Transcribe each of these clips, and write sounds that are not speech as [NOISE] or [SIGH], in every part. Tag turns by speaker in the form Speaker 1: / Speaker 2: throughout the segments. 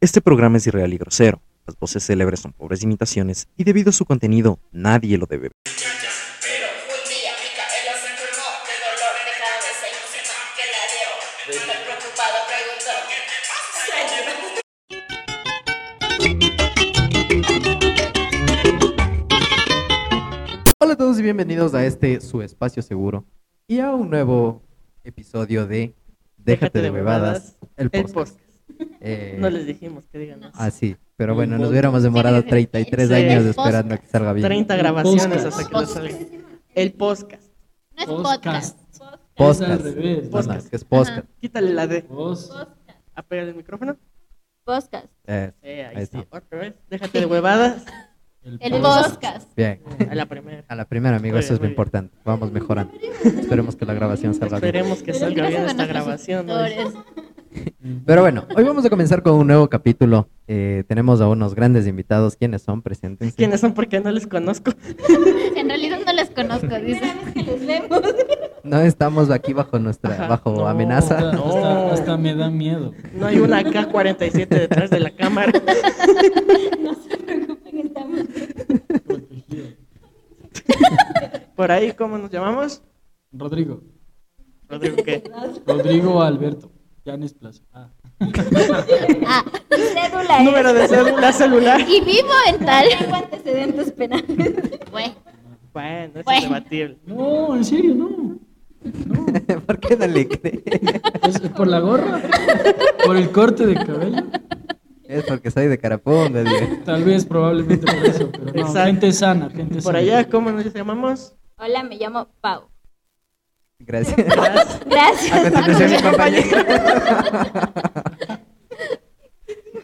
Speaker 1: Este programa es irreal y grosero. Las voces célebres son pobres imitaciones y debido a su contenido, nadie lo debe ver.
Speaker 2: Pero un día Micaela se enfermó de dolor de cabeza y no sé más qué la dio. Está preocupado, preguntó, ¿qué te pasa? Señor,
Speaker 3: Hola a todos y bienvenidos a este su espacio seguro y a un nuevo episodio de Déjate, de bebadas, el
Speaker 4: El
Speaker 3: podcast. Eh,
Speaker 4: No les dijimos que digan eso.
Speaker 3: Ah, sí, pero bueno, nos hubiéramos demorado 33
Speaker 4: Sí.
Speaker 3: años esperando a que salga bien.
Speaker 4: 30 grabaciones
Speaker 5: podcast.
Speaker 4: hasta que les salga. El podcast.
Speaker 6: No es podcast.
Speaker 5: Es
Speaker 3: Podcast.
Speaker 5: al revés.
Speaker 3: No, no, es que es podcast.
Speaker 4: Quítale la de.
Speaker 5: Pos-
Speaker 4: Apega el micrófono.
Speaker 6: Podcast.
Speaker 3: Eh,
Speaker 4: Eh, ahí,
Speaker 3: Ahí
Speaker 4: está.
Speaker 3: está.
Speaker 4: Otra vez. Déjate de huevadas.
Speaker 3: [LAUGHS]
Speaker 6: El
Speaker 5: pos-
Speaker 6: podcast.
Speaker 3: bien,
Speaker 4: A la primera.
Speaker 3: a la primera, amigo,
Speaker 4: Muy
Speaker 3: eso es lo
Speaker 4: bien, muy bien.
Speaker 3: importante. Vamos mejorando. Esperemos que la grabación salga bien.
Speaker 4: Esperemos que salga bien esta grabación. ¿no?
Speaker 3: Pero bueno, hoy vamos a comenzar con un nuevo capítulo. Eh, tenemos a unos grandes invitados. ¿Quiénes son? Presentes.
Speaker 4: ¿Quiénes son? Porque no les conozco.
Speaker 6: En realidad no les conozco, dice.
Speaker 3: No estamos aquí bajo nuestra,
Speaker 4: Ajá.
Speaker 3: bajo
Speaker 4: No.
Speaker 3: amenaza.
Speaker 5: Hasta,
Speaker 4: No.
Speaker 5: hasta- hasta me da miedo.
Speaker 4: No hay una K47 detrás de la cámara.
Speaker 5: Protegido.
Speaker 4: Por ahí, ¿cómo nos llamamos?
Speaker 5: Rodrigo.
Speaker 4: Rodrigo, ¿qué?
Speaker 5: Rodrigo Alberto. Yanis Plaza.
Speaker 6: [LAUGHS]
Speaker 5: Ah,
Speaker 6: [LAUGHS] Ah, cédula.
Speaker 4: Número de cédula celular.
Speaker 6: Y vivo en tal. [LAUGHS] Tengo antecedentes penales. Güey.
Speaker 4: Bueno, es
Speaker 6: Bueno.
Speaker 4: debatible.
Speaker 5: No, en serio, no.
Speaker 3: [LAUGHS] ¿Por qué no le creen? [LAUGHS]
Speaker 5: ¿Es por la gorra? ¿Por el corte de cabello?
Speaker 3: Es porque soy de Carapunga,
Speaker 4: [LAUGHS]
Speaker 3: digo.
Speaker 5: Tal vez, probablemente por eso. Pero no,
Speaker 4: Exacto.
Speaker 5: gente sana, gente
Speaker 4: Por
Speaker 5: sana.
Speaker 4: allá, ¿cómo nos llamamos?
Speaker 6: Hola, me llamo Pau.
Speaker 3: Gracias. A
Speaker 6: Gracias.
Speaker 3: continuación, mi compañero.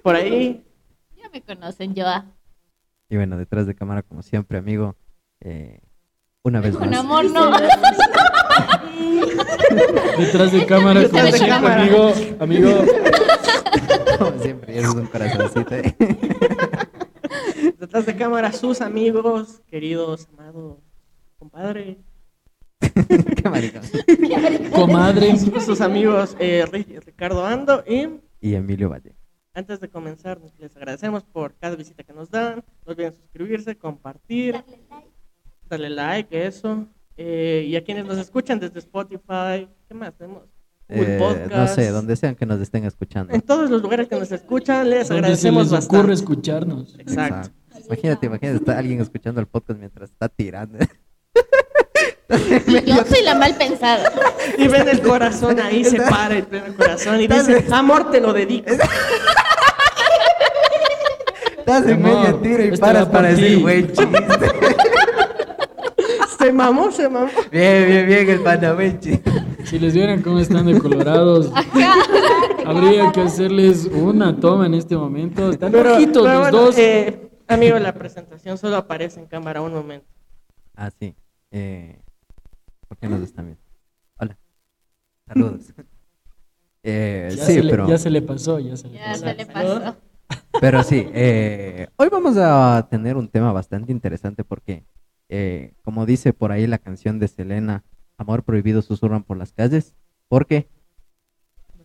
Speaker 4: Por ahí,
Speaker 6: Ya me conocen, ah. Joa.
Speaker 4: Ah,
Speaker 3: Y bueno, detrás de cámara, como siempre, amigo, eh, una vez
Speaker 6: Con
Speaker 3: más.
Speaker 6: amor no. [LAUGHS]
Speaker 5: Detrás de cámara,
Speaker 4: Detrás
Speaker 5: como
Speaker 4: de
Speaker 5: siempre,
Speaker 4: cámara.
Speaker 5: amigo. Amigo,
Speaker 3: [LAUGHS] Como siempre, eso es un
Speaker 5: [LAUGHS]
Speaker 3: corazoncito. ¿eh?
Speaker 4: detrás de cámara, sus amigos, queridos, amados, compadre.
Speaker 3: Qué maricón.
Speaker 5: comadre.
Speaker 4: [LAUGHS] sus amigos eh, Ri- Ricardo Ando y
Speaker 3: Y Emilio Valle.
Speaker 4: antes de comenzar les agradecemos por cada visita que nos dan no olviden suscribirse compartir darle like eso Eh, y a quienes nos escuchan desde Spotify qué más tenemos Google
Speaker 3: Eh, no
Speaker 4: Podcast.
Speaker 3: sé, donde sean que nos estén escuchando.
Speaker 4: en todos los lugares que nos escuchan les
Speaker 5: Donde se
Speaker 4: agradecemos
Speaker 5: les ocurre
Speaker 4: bastante
Speaker 5: escucharnos.
Speaker 4: exacto
Speaker 3: Imagínate, imagínate, está alguien escuchando el podcast mientras está
Speaker 5: [LAUGHS]
Speaker 3: tirando.
Speaker 6: Y yo soy la mal pensada.
Speaker 4: y ven el corazón ahí se para el pleno corazón y dice amor te lo
Speaker 3: [LAUGHS]
Speaker 4: dedico
Speaker 3: Estás en
Speaker 5: Amor,
Speaker 3: medio tiro y
Speaker 5: este
Speaker 3: paras
Speaker 5: va por
Speaker 3: para decir,
Speaker 5: ti.
Speaker 3: güey,
Speaker 5: [LAUGHS]
Speaker 3: chiste.
Speaker 4: se mamó se mamó
Speaker 3: Bien, bien, bien, el panamé, chiste.
Speaker 5: Si les vieran cómo están de colorados, habría que hacerles una toma en este momento. Están rojitos
Speaker 4: pero
Speaker 5: los
Speaker 4: bueno,
Speaker 5: dos.
Speaker 4: eh, amigo la presentación solo aparece en cámara un momento
Speaker 3: Ah, sí. Eh, ¿Por qué nos están viendo? Hola.
Speaker 5: [LAUGHS]
Speaker 3: Saludos. Eh,
Speaker 5: ya,
Speaker 3: sí,
Speaker 5: se le,
Speaker 3: pero,
Speaker 5: ya se le pasó, ya se le
Speaker 6: Ya
Speaker 5: pasó.
Speaker 6: se le pasó.
Speaker 3: pero sí. eh, hoy vamos a tener un tema bastante interesante porque, eh, como dice por ahí la canción de Selena, Amor Prohibido susurran por las calles. Porque,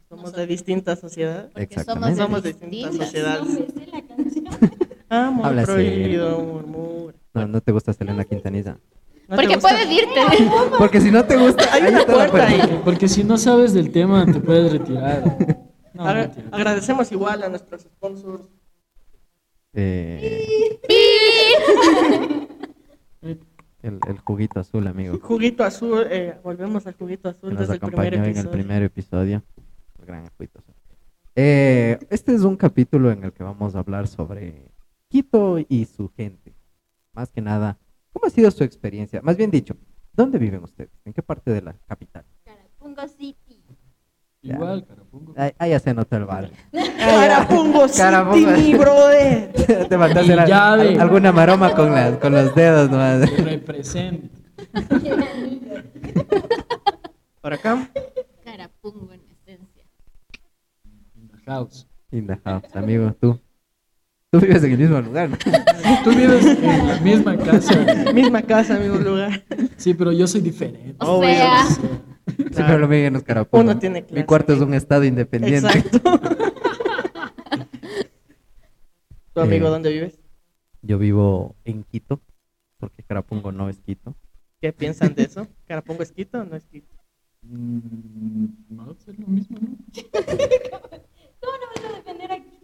Speaker 4: Somos de distinta sociedad.
Speaker 6: Porque
Speaker 3: Exactamente.
Speaker 4: Somos
Speaker 6: somos
Speaker 4: de
Speaker 6: de
Speaker 4: distintas
Speaker 6: distintas.
Speaker 4: sociedades.
Speaker 6: la canción.
Speaker 4: Amor
Speaker 3: Habla así.
Speaker 4: Ah, prohibido, murmura.
Speaker 3: no, no te gusta Selena Quintanilla.
Speaker 4: ¿No te
Speaker 6: Porque
Speaker 4: gusta?
Speaker 6: puedes irte.
Speaker 3: Porque si no te gusta,
Speaker 4: Hay
Speaker 3: ahí
Speaker 4: una
Speaker 3: está la
Speaker 4: puerta ahí.
Speaker 5: Porque, Eh, porque si no sabes del tema, te
Speaker 4: [LAUGHS]
Speaker 5: puedes retirar. No,
Speaker 4: Agra-
Speaker 5: mentira.
Speaker 4: agradecemos igual a nuestros sponsors.
Speaker 3: Eh,
Speaker 6: [LAUGHS]
Speaker 3: el, el juguito azul, amigo.
Speaker 4: Juguito azul, eh, volvemos al juguito
Speaker 3: que
Speaker 4: azul
Speaker 3: nos
Speaker 4: desde el primer
Speaker 3: acompañó en
Speaker 4: episodio.
Speaker 3: el primer episodio. El gran Juito. Eh, este es un capítulo en el que vamos a hablar sobre Quito y su gente. Más que nada, ¿cómo ha sido su experiencia? Más bien dicho, ¿dónde viven ustedes? ¿En qué parte de la capital?
Speaker 7: [LAUGHS]
Speaker 6: Carapungo City.
Speaker 5: Igual, carapungo.
Speaker 3: Ahí, ahí ya se nota el bar. [LAUGHS]
Speaker 4: Carapungo City,
Speaker 3: Carapungo.
Speaker 4: mi brother.
Speaker 3: Te mandaste
Speaker 5: Y ya
Speaker 3: al-
Speaker 5: de-
Speaker 3: alguna maroma con, las- con los dedos
Speaker 5: [LAUGHS]
Speaker 3: nomás.
Speaker 5: Te representa.
Speaker 4: Por acá.
Speaker 6: Carapungo en esencia.
Speaker 5: in the House.
Speaker 3: In the house, amigo, tú. Tú vives en el mismo lugar, ¿no?
Speaker 5: Tú vives en la misma casa.
Speaker 4: Misma casa, mismo lugar.
Speaker 5: Sí, pero yo soy diferente.
Speaker 6: O sea,
Speaker 3: Sí, pero lo mío no es Carapungo.
Speaker 4: Uno tiene clase,
Speaker 3: Mi cuarto es [LAUGHS]
Speaker 4: amigo.
Speaker 3: un estado independiente.
Speaker 4: Exacto. ¿Tu amigo
Speaker 3: Eh.
Speaker 4: dónde vives?
Speaker 3: Yo vivo en Quito, porque Carapungo no es Quito.
Speaker 4: ¿Qué piensan de eso? ¿Carapungo es Quito o no es Quito?
Speaker 5: No, es lo mismo, ¿no?
Speaker 6: ¿Cómo no vas a defender a Quito?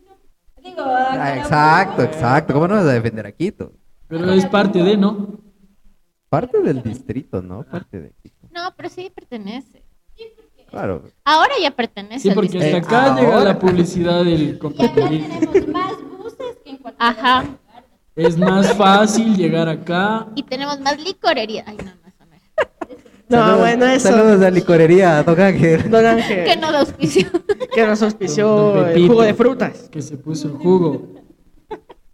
Speaker 6: Digo, a
Speaker 3: Ah,
Speaker 6: Carapungo.
Speaker 3: exacto, exacto. ¿Cómo no vas a defender a Quito?
Speaker 5: Pero es parte de, ¿no?
Speaker 3: Parte del distrito, ¿no? Parte de Quito.
Speaker 7: No, pero sí pertenece.
Speaker 3: Claro.
Speaker 7: Ahora ya pertenece
Speaker 5: Sí,
Speaker 7: al
Speaker 5: porque hasta
Speaker 7: distrito.
Speaker 5: acá
Speaker 3: Eh, ahora.
Speaker 5: llega la publicidad del
Speaker 6: Y acá
Speaker 5: competidor.
Speaker 6: tenemos más buses que en cualquier
Speaker 7: Ajá.
Speaker 6: lugar.
Speaker 5: Es más fácil llegar acá.
Speaker 7: Y tenemos más licorería. Ay, no, más o menos.
Speaker 4: No,
Speaker 3: Saludos-
Speaker 4: bueno, eso.
Speaker 3: Saludos a licorería, a Don Ángel.
Speaker 4: Don Ángel,
Speaker 7: Que no da auspicio.
Speaker 4: que nos
Speaker 5: Don
Speaker 4: auspició el
Speaker 5: Pepito.
Speaker 4: jugo de frutas.
Speaker 5: Que se puso el jugo.
Speaker 3: [LAUGHS]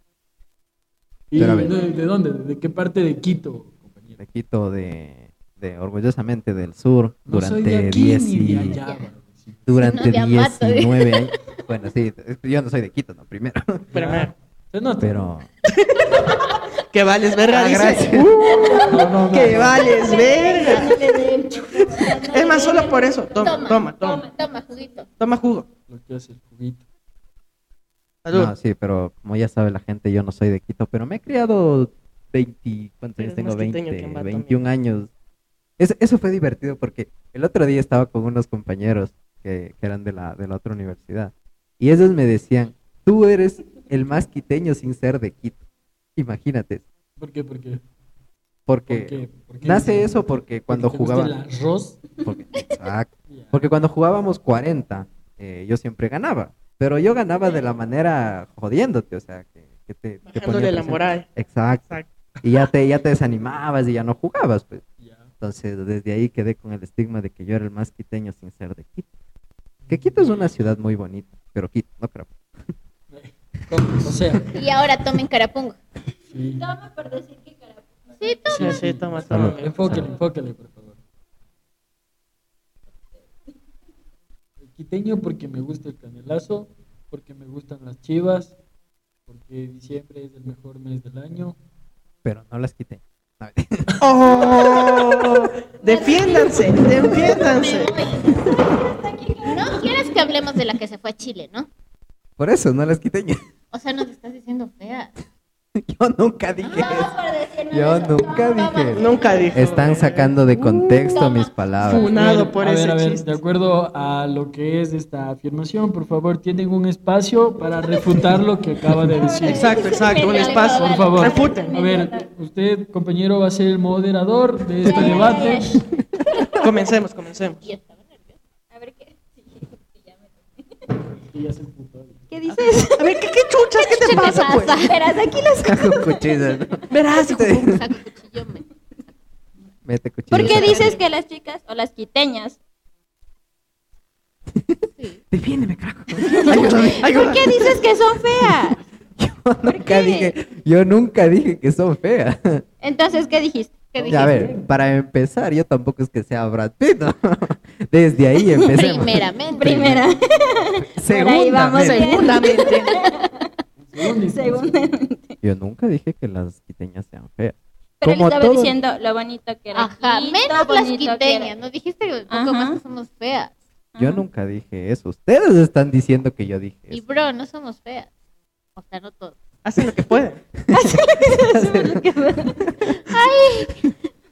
Speaker 5: ¿Y
Speaker 3: Pero a
Speaker 5: de,
Speaker 3: ver.
Speaker 5: de dónde? ¿De qué parte de Quito? compañero?
Speaker 3: De Quito, de, de orgullosamente del sur,
Speaker 5: No soy de
Speaker 3: durante
Speaker 5: aquí
Speaker 3: 10
Speaker 5: ni de
Speaker 3: y,
Speaker 5: allá. bro. Sí.
Speaker 3: durante
Speaker 7: No, de Ambato, ¿eh?
Speaker 3: 19 años. Bueno, sí, yo no soy de Quito, no,
Speaker 5: [LAUGHS]
Speaker 3: primero.
Speaker 4: Pero me-
Speaker 5: Se nota.
Speaker 3: Pero
Speaker 4: que vales verga,
Speaker 3: Ah,
Speaker 4: dice.
Speaker 3: gracias.
Speaker 4: Uh,
Speaker 5: No, no, no.
Speaker 4: que vales
Speaker 7: [LAUGHS]
Speaker 6: Ya
Speaker 4: verga.
Speaker 6: no le den. Ya no
Speaker 4: Es más,
Speaker 6: le den.
Speaker 4: solo por eso. Toma, toma, toma.
Speaker 7: Toma, toma, juguito.
Speaker 4: Toma jugo.
Speaker 5: Lo que hace el juguito.
Speaker 4: Salud.
Speaker 3: No, sí, pero como ya sabe la gente, yo no soy de Quito, pero me he criado 20, ¿cuántos
Speaker 4: Eres
Speaker 3: años tengo?
Speaker 4: más quiteño
Speaker 3: 20,
Speaker 4: que en Bato,
Speaker 3: 21 años. Es- eso fue divertido porque el otro día estaba con unos compañeros que, que eran de la, de la otra universidad y ellos me decían, tú eres el más quiteño sin ser de Quito. Imagínate,
Speaker 5: ¿Por qué? ¿Por qué?
Speaker 3: porque
Speaker 5: ¿Por qué? ¿Por qué?
Speaker 3: nace eso porque
Speaker 5: ¿Porque
Speaker 3: cuando
Speaker 5: te gusta
Speaker 3: jugaban...
Speaker 5: El arroz.
Speaker 3: porque- exacto.
Speaker 5: Ya.
Speaker 3: Porque cuando jugábamos 40, eh, yo siempre ganaba. Pero yo ganaba de la manera jodiéndote, o sea, que, que te, te ponía
Speaker 4: Bajándole la
Speaker 3: presión.
Speaker 4: moral.
Speaker 3: Exacto.
Speaker 4: Exacto.
Speaker 3: Y ya te, ya te desanimabas y ya no jugabas, pues.
Speaker 5: Ya.
Speaker 3: Entonces, desde ahí quedé con el estigma de que yo era el más quiteño sin ser de Quito. Que Quito es una ciudad muy bonita, pero Quito, no creo.
Speaker 5: ¿Cómo? O sea,
Speaker 7: Y ahora tomen carapungo.
Speaker 5: sí.
Speaker 6: Toma por decir que Carapungo.
Speaker 7: Sí, toma.
Speaker 4: Sí, sí, toma, toma.
Speaker 3: Salud.
Speaker 4: amigo.
Speaker 5: Enfóquele, enfóquele, por favor. El quiteño porque me gusta el canelazo, porque me gustan las chivas, porque diciembre es el mejor mes del año.
Speaker 3: Pero no las quité. No, [LAUGHS]
Speaker 4: ¡Oh! Defiéndanse, defiéndanse.
Speaker 7: [LAUGHS] No quieres que hablemos de la que se fue a Chile, ¿no?
Speaker 3: Por eso, no las quiteño.
Speaker 7: O sea, nos estás diciendo fea.
Speaker 3: [LAUGHS] Yo nunca dije
Speaker 6: Toma
Speaker 3: eso.
Speaker 6: por decir no
Speaker 3: Yo
Speaker 6: eres un
Speaker 3: nunca
Speaker 6: tonto,
Speaker 3: dije
Speaker 6: mamá.
Speaker 3: eso.
Speaker 4: Nunca dijo.
Speaker 3: Están sacando de contexto mis palabras.
Speaker 4: Funado por
Speaker 5: a
Speaker 4: ese
Speaker 5: ver, a ver,
Speaker 4: chiste.
Speaker 5: de acuerdo a lo que es esta afirmación, por favor, tienen un espacio para refutar lo que acaba de decir.
Speaker 4: Exacto, exacto, un espacio.
Speaker 5: Por favor,
Speaker 4: Refuten.
Speaker 5: a ver, usted, compañero, va a ser el moderador de este
Speaker 6: Ya, ya,
Speaker 5: debate.
Speaker 6: ya, ya.
Speaker 4: Comencemos, comencemos.
Speaker 7: Y estaba nerviosa.
Speaker 6: A ver qué. sí, sí, ya me-
Speaker 5: Y ya se emputó.
Speaker 6: ¿Qué dices?
Speaker 4: A ver, ¿qué, qué chuchas? ¿Qué te pasa, pues?
Speaker 6: Verás, aquí los.
Speaker 3: [LAUGHS] Saco cuchillas, ¿no?
Speaker 4: Verás, hijo. de-
Speaker 7: Saco el cuchillo, me-
Speaker 3: [LAUGHS] Mete cuchillas.
Speaker 6: ¿Por qué dices que las chicas o las quiteñas?
Speaker 3: Defiéndeme, [LAUGHS] carajo. Ayúdame,
Speaker 6: ¿Por
Speaker 3: ayúdame.
Speaker 6: qué dices que son feas?
Speaker 3: Yo nunca
Speaker 6: qué?
Speaker 3: dije, yo nunca dije que son feas.
Speaker 6: Entonces, ¿qué dijiste? ¿Qué
Speaker 3: Ya, a ver, para empezar, yo tampoco es que sea Brad Pitt. ¿no? [LAUGHS] Desde ahí empecemos.
Speaker 7: Primeramente.
Speaker 6: Primera. Por ahí vamos
Speaker 3: Segundamente,
Speaker 6: bien.
Speaker 4: Segundamente.
Speaker 5: Segundo y
Speaker 6: Segunda.
Speaker 3: Yo nunca dije que las quiteñas sean feas.
Speaker 6: Pero le
Speaker 3: Como
Speaker 6: estaba
Speaker 3: todo-
Speaker 6: diciendo lo bonito que era.
Speaker 7: Ajá,
Speaker 6: Quito,
Speaker 7: menos las
Speaker 6: bonito que era.
Speaker 7: quiteñas. Nos dijiste que un poco
Speaker 6: Ajá.
Speaker 7: más que somos feas.
Speaker 3: Yo
Speaker 6: Ajá.
Speaker 3: nunca dije eso. Ustedes están diciendo que yo dije
Speaker 7: Y
Speaker 3: eso.
Speaker 7: bro, no somos feas. O sea, no todos.
Speaker 4: Hacen lo que pueden.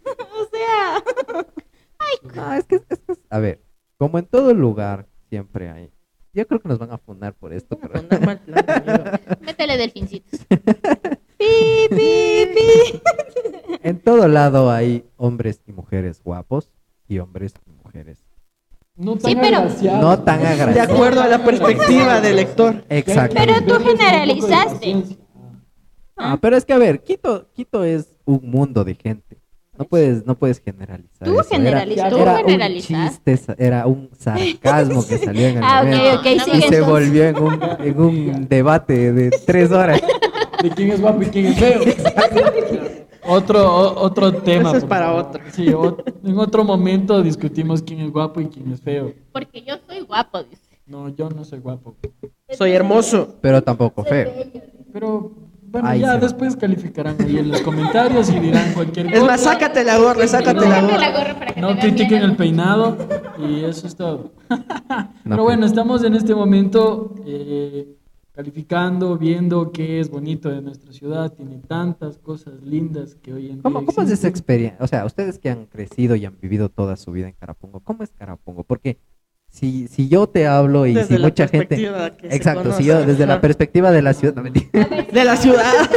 Speaker 6: O sea,
Speaker 3: No, es que, es que es- A ver, como en todo lugar, siempre hay. Yo creo que nos van a funar por esto. pero-
Speaker 4: Con dar mal plan, amigo.
Speaker 7: Métele delfincitos.
Speaker 6: pi, pi, pi.
Speaker 3: En todo lado hay hombres y mujeres guapos y hombres y mujeres
Speaker 5: No tan
Speaker 7: Sí, pero-
Speaker 5: agraciado.
Speaker 3: No tan agraciado.
Speaker 4: De acuerdo a la perspectiva del lector.
Speaker 3: Exacto.
Speaker 6: Pero
Speaker 5: Verles
Speaker 6: tú
Speaker 5: un poco de
Speaker 6: generalizaste.
Speaker 5: paciencia.
Speaker 3: Ah, pero es que a ver, Quito, Quito es un mundo de gente. No puedes, no puedes generalizar.
Speaker 6: Tú
Speaker 3: eso. Era-
Speaker 6: generalizas.
Speaker 5: tú
Speaker 3: Era, un
Speaker 7: generalizas.
Speaker 3: chiste, sa- era un sarcasmo que salió en el
Speaker 6: [LAUGHS] Ah, ok,
Speaker 3: momento
Speaker 6: ok,
Speaker 7: No, no
Speaker 6: sigue
Speaker 3: y se
Speaker 6: entonces.
Speaker 3: volvió en un, en
Speaker 6: [LAUGHS]
Speaker 3: un debate de tres horas.
Speaker 5: De quién es guapo y quién es feo. [LAUGHS] otro, o- otro tema.
Speaker 4: Eso es
Speaker 5: por
Speaker 4: para
Speaker 5: favor.
Speaker 4: otro.
Speaker 5: Sí, o- en otro momento discutimos quién es guapo y quién es feo.
Speaker 7: Porque yo soy guapo, dice.
Speaker 5: No, yo no soy guapo.
Speaker 4: Soy hermoso.
Speaker 3: Pero tampoco feo.
Speaker 5: Pero bueno,
Speaker 3: Ahí
Speaker 5: ya
Speaker 3: se va.
Speaker 5: después calificarán ahí en los comentarios y dirán cualquier cosa.
Speaker 4: Es más, sácate la gorra, sácate la
Speaker 7: Sácame la
Speaker 4: gorra.
Speaker 7: gorra para que
Speaker 5: No
Speaker 7: te vean
Speaker 5: critiquen
Speaker 7: bien.
Speaker 5: el peinado y eso es todo.
Speaker 7: [LAUGHS]
Speaker 3: No, pues.
Speaker 5: Pero bueno, estamos en este momento eh, calificando, viendo qué es bonito de nuestra ciudad. Tiene tantas cosas lindas que hoy en día.
Speaker 3: ¿Cómo, cómo es esa
Speaker 5: existen.
Speaker 3: experiencia? O sea, ustedes que han crecido y han vivido toda su vida en Carapungo, ¿cómo es Carapungo? Porque si, si yo te hablo y
Speaker 4: Desde
Speaker 3: si
Speaker 4: la
Speaker 3: mucha gente...
Speaker 4: perspectiva que se
Speaker 3: Exacto, si
Speaker 4: conoce,
Speaker 3: yo desde la
Speaker 4: ajá.
Speaker 3: perspectiva de la ciudad... no, mentira.
Speaker 4: De la ciudad,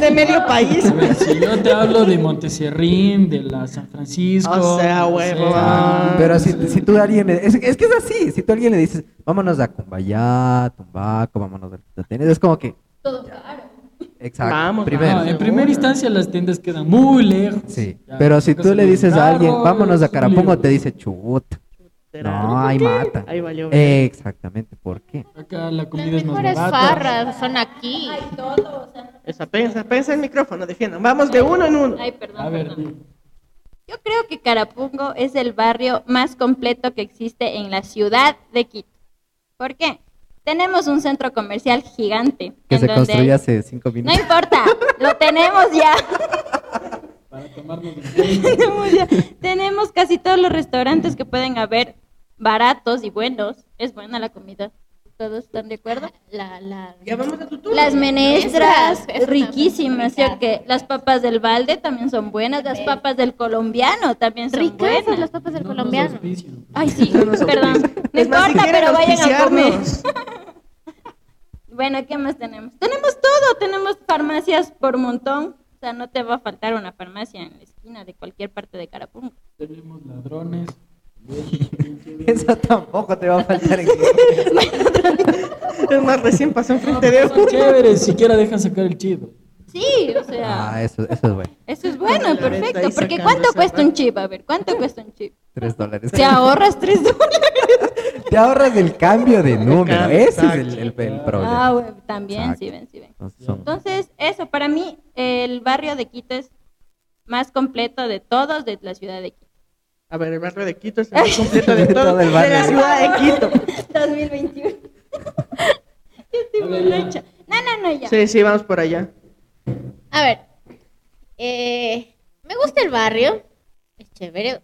Speaker 4: de medio país.
Speaker 5: A ver, si yo te hablo de Montesierrín, de la San Francisco.
Speaker 4: O sea,
Speaker 5: no
Speaker 4: huevo.
Speaker 5: sé,
Speaker 4: Ah,
Speaker 3: Pero si,
Speaker 5: no sé.
Speaker 3: si tú a alguien le- es, es que es así, si tú a alguien le dices, vámonos a Cumbayá, Tumbaco, vámonos al Quitatenés", es como que,
Speaker 6: Todo caro.
Speaker 3: exacto,
Speaker 4: Vamos, eh.
Speaker 3: primero.
Speaker 4: vamos.
Speaker 5: No, en primera instancia las tiendas quedan muy lejos.
Speaker 3: Sí,
Speaker 5: Ya,
Speaker 3: pero si
Speaker 5: nunca
Speaker 3: tú le
Speaker 5: salió
Speaker 3: dices
Speaker 5: un
Speaker 3: a
Speaker 5: carro,
Speaker 3: alguien, vámonos a
Speaker 5: es un
Speaker 3: Carapungo,
Speaker 5: lío.
Speaker 3: te dice chut. No, ahí mata.
Speaker 4: Ahí valió.
Speaker 3: Eh, exactamente, ¿por qué?
Speaker 5: Acá la comida
Speaker 7: Las
Speaker 5: es más
Speaker 7: mejores
Speaker 5: barata.
Speaker 7: farras son aquí.
Speaker 6: Hay todo, o sea.
Speaker 4: Esa pensa, pensa el micrófono, defiendan. Vamos de uno en uno.
Speaker 6: Ay, perdón.
Speaker 5: A ver,
Speaker 6: perdón.
Speaker 5: di.
Speaker 6: Yo creo que Carapungo es el barrio más completo que existe en la ciudad de Quito. ¿Por qué? Tenemos un centro comercial gigante.
Speaker 3: Que
Speaker 6: en
Speaker 3: se
Speaker 6: donde-
Speaker 3: construyó hace cinco
Speaker 6: No
Speaker 3: minutos. [LAUGHS]
Speaker 6: importa, lo tenemos ya.
Speaker 5: para tomarnos en
Speaker 6: [LAUGHS]
Speaker 5: cuenta.
Speaker 6: Tenemos ya- Tenemos casi todos los restaurantes que pueden haber, baratos y buenos. Es buena la comida. ¿Todos están de acuerdo?
Speaker 7: La, la,
Speaker 4: Ya vamos a tu turno.
Speaker 6: Las menestras,
Speaker 7: Menestras, es una
Speaker 6: riquísimas, ¿sí o
Speaker 7: rica.
Speaker 6: qué? Las papas del balde también son buenas, las papas del colombiano también son
Speaker 7: ricas
Speaker 6: buenas.
Speaker 7: son las papas del
Speaker 5: No nos
Speaker 7: [LAUGHS] colombiano.
Speaker 5: auspician.
Speaker 7: [LAUGHS]
Speaker 6: Ay, sí,
Speaker 4: No nos
Speaker 6: perdón.
Speaker 4: auspician.
Speaker 6: No
Speaker 4: Es más, si
Speaker 6: importa,
Speaker 4: quieren
Speaker 6: pero vayan a comer.
Speaker 4: auspiciarnos.
Speaker 6: [LAUGHS] Bueno, ¿qué más tenemos? Tenemos todo, tenemos farmacias por montón. O sea, no te va a faltar una farmacia en la esquina de cualquier parte de Carapungo.
Speaker 5: Tenemos ladrones.
Speaker 3: Eso tampoco te va a
Speaker 6: [LAUGHS]
Speaker 3: faltar en
Speaker 4: Es más, recién pasó enfrente de
Speaker 5: Son
Speaker 4: uno.
Speaker 5: chéveres, siquiera dejan sacar el chido.
Speaker 6: Sí, o sea,
Speaker 3: Ah, eso, eso es bueno.
Speaker 6: eso es bueno,
Speaker 4: venta
Speaker 6: perfecto.
Speaker 4: y
Speaker 6: Porque
Speaker 4: sacando
Speaker 6: ¿cuánto
Speaker 4: esa
Speaker 6: cuesta
Speaker 4: parte.
Speaker 6: un chip? A ver, ¿cuánto cuesta un chip?
Speaker 3: Tres dólares.
Speaker 6: Te ahorras tres dólares.
Speaker 3: [LAUGHS] Te ahorras el cambio de número.
Speaker 4: cambio,
Speaker 3: Ese es el,
Speaker 4: exacto.
Speaker 3: el- el
Speaker 6: Ah,
Speaker 3: problema.
Speaker 6: bueno, también,
Speaker 3: Exacto.
Speaker 6: sí ven, sí ven.
Speaker 3: Entonces, son-
Speaker 6: Entonces, eso, para mí, el barrio de Quito es más completo de todos de la ciudad de Quito. [LAUGHS]
Speaker 4: A ver, el barrio de Quito es el más completo de [LAUGHS] todo,
Speaker 3: Todo el
Speaker 4: de
Speaker 3: barrio.
Speaker 4: la ciudad de Quito.
Speaker 6: [LAUGHS] 2021. Yo estoy borracha. No, no, no, ya.
Speaker 4: Sí, sí, vamos por allá.
Speaker 7: A ver, eh, me gusta el barrio, es chévere,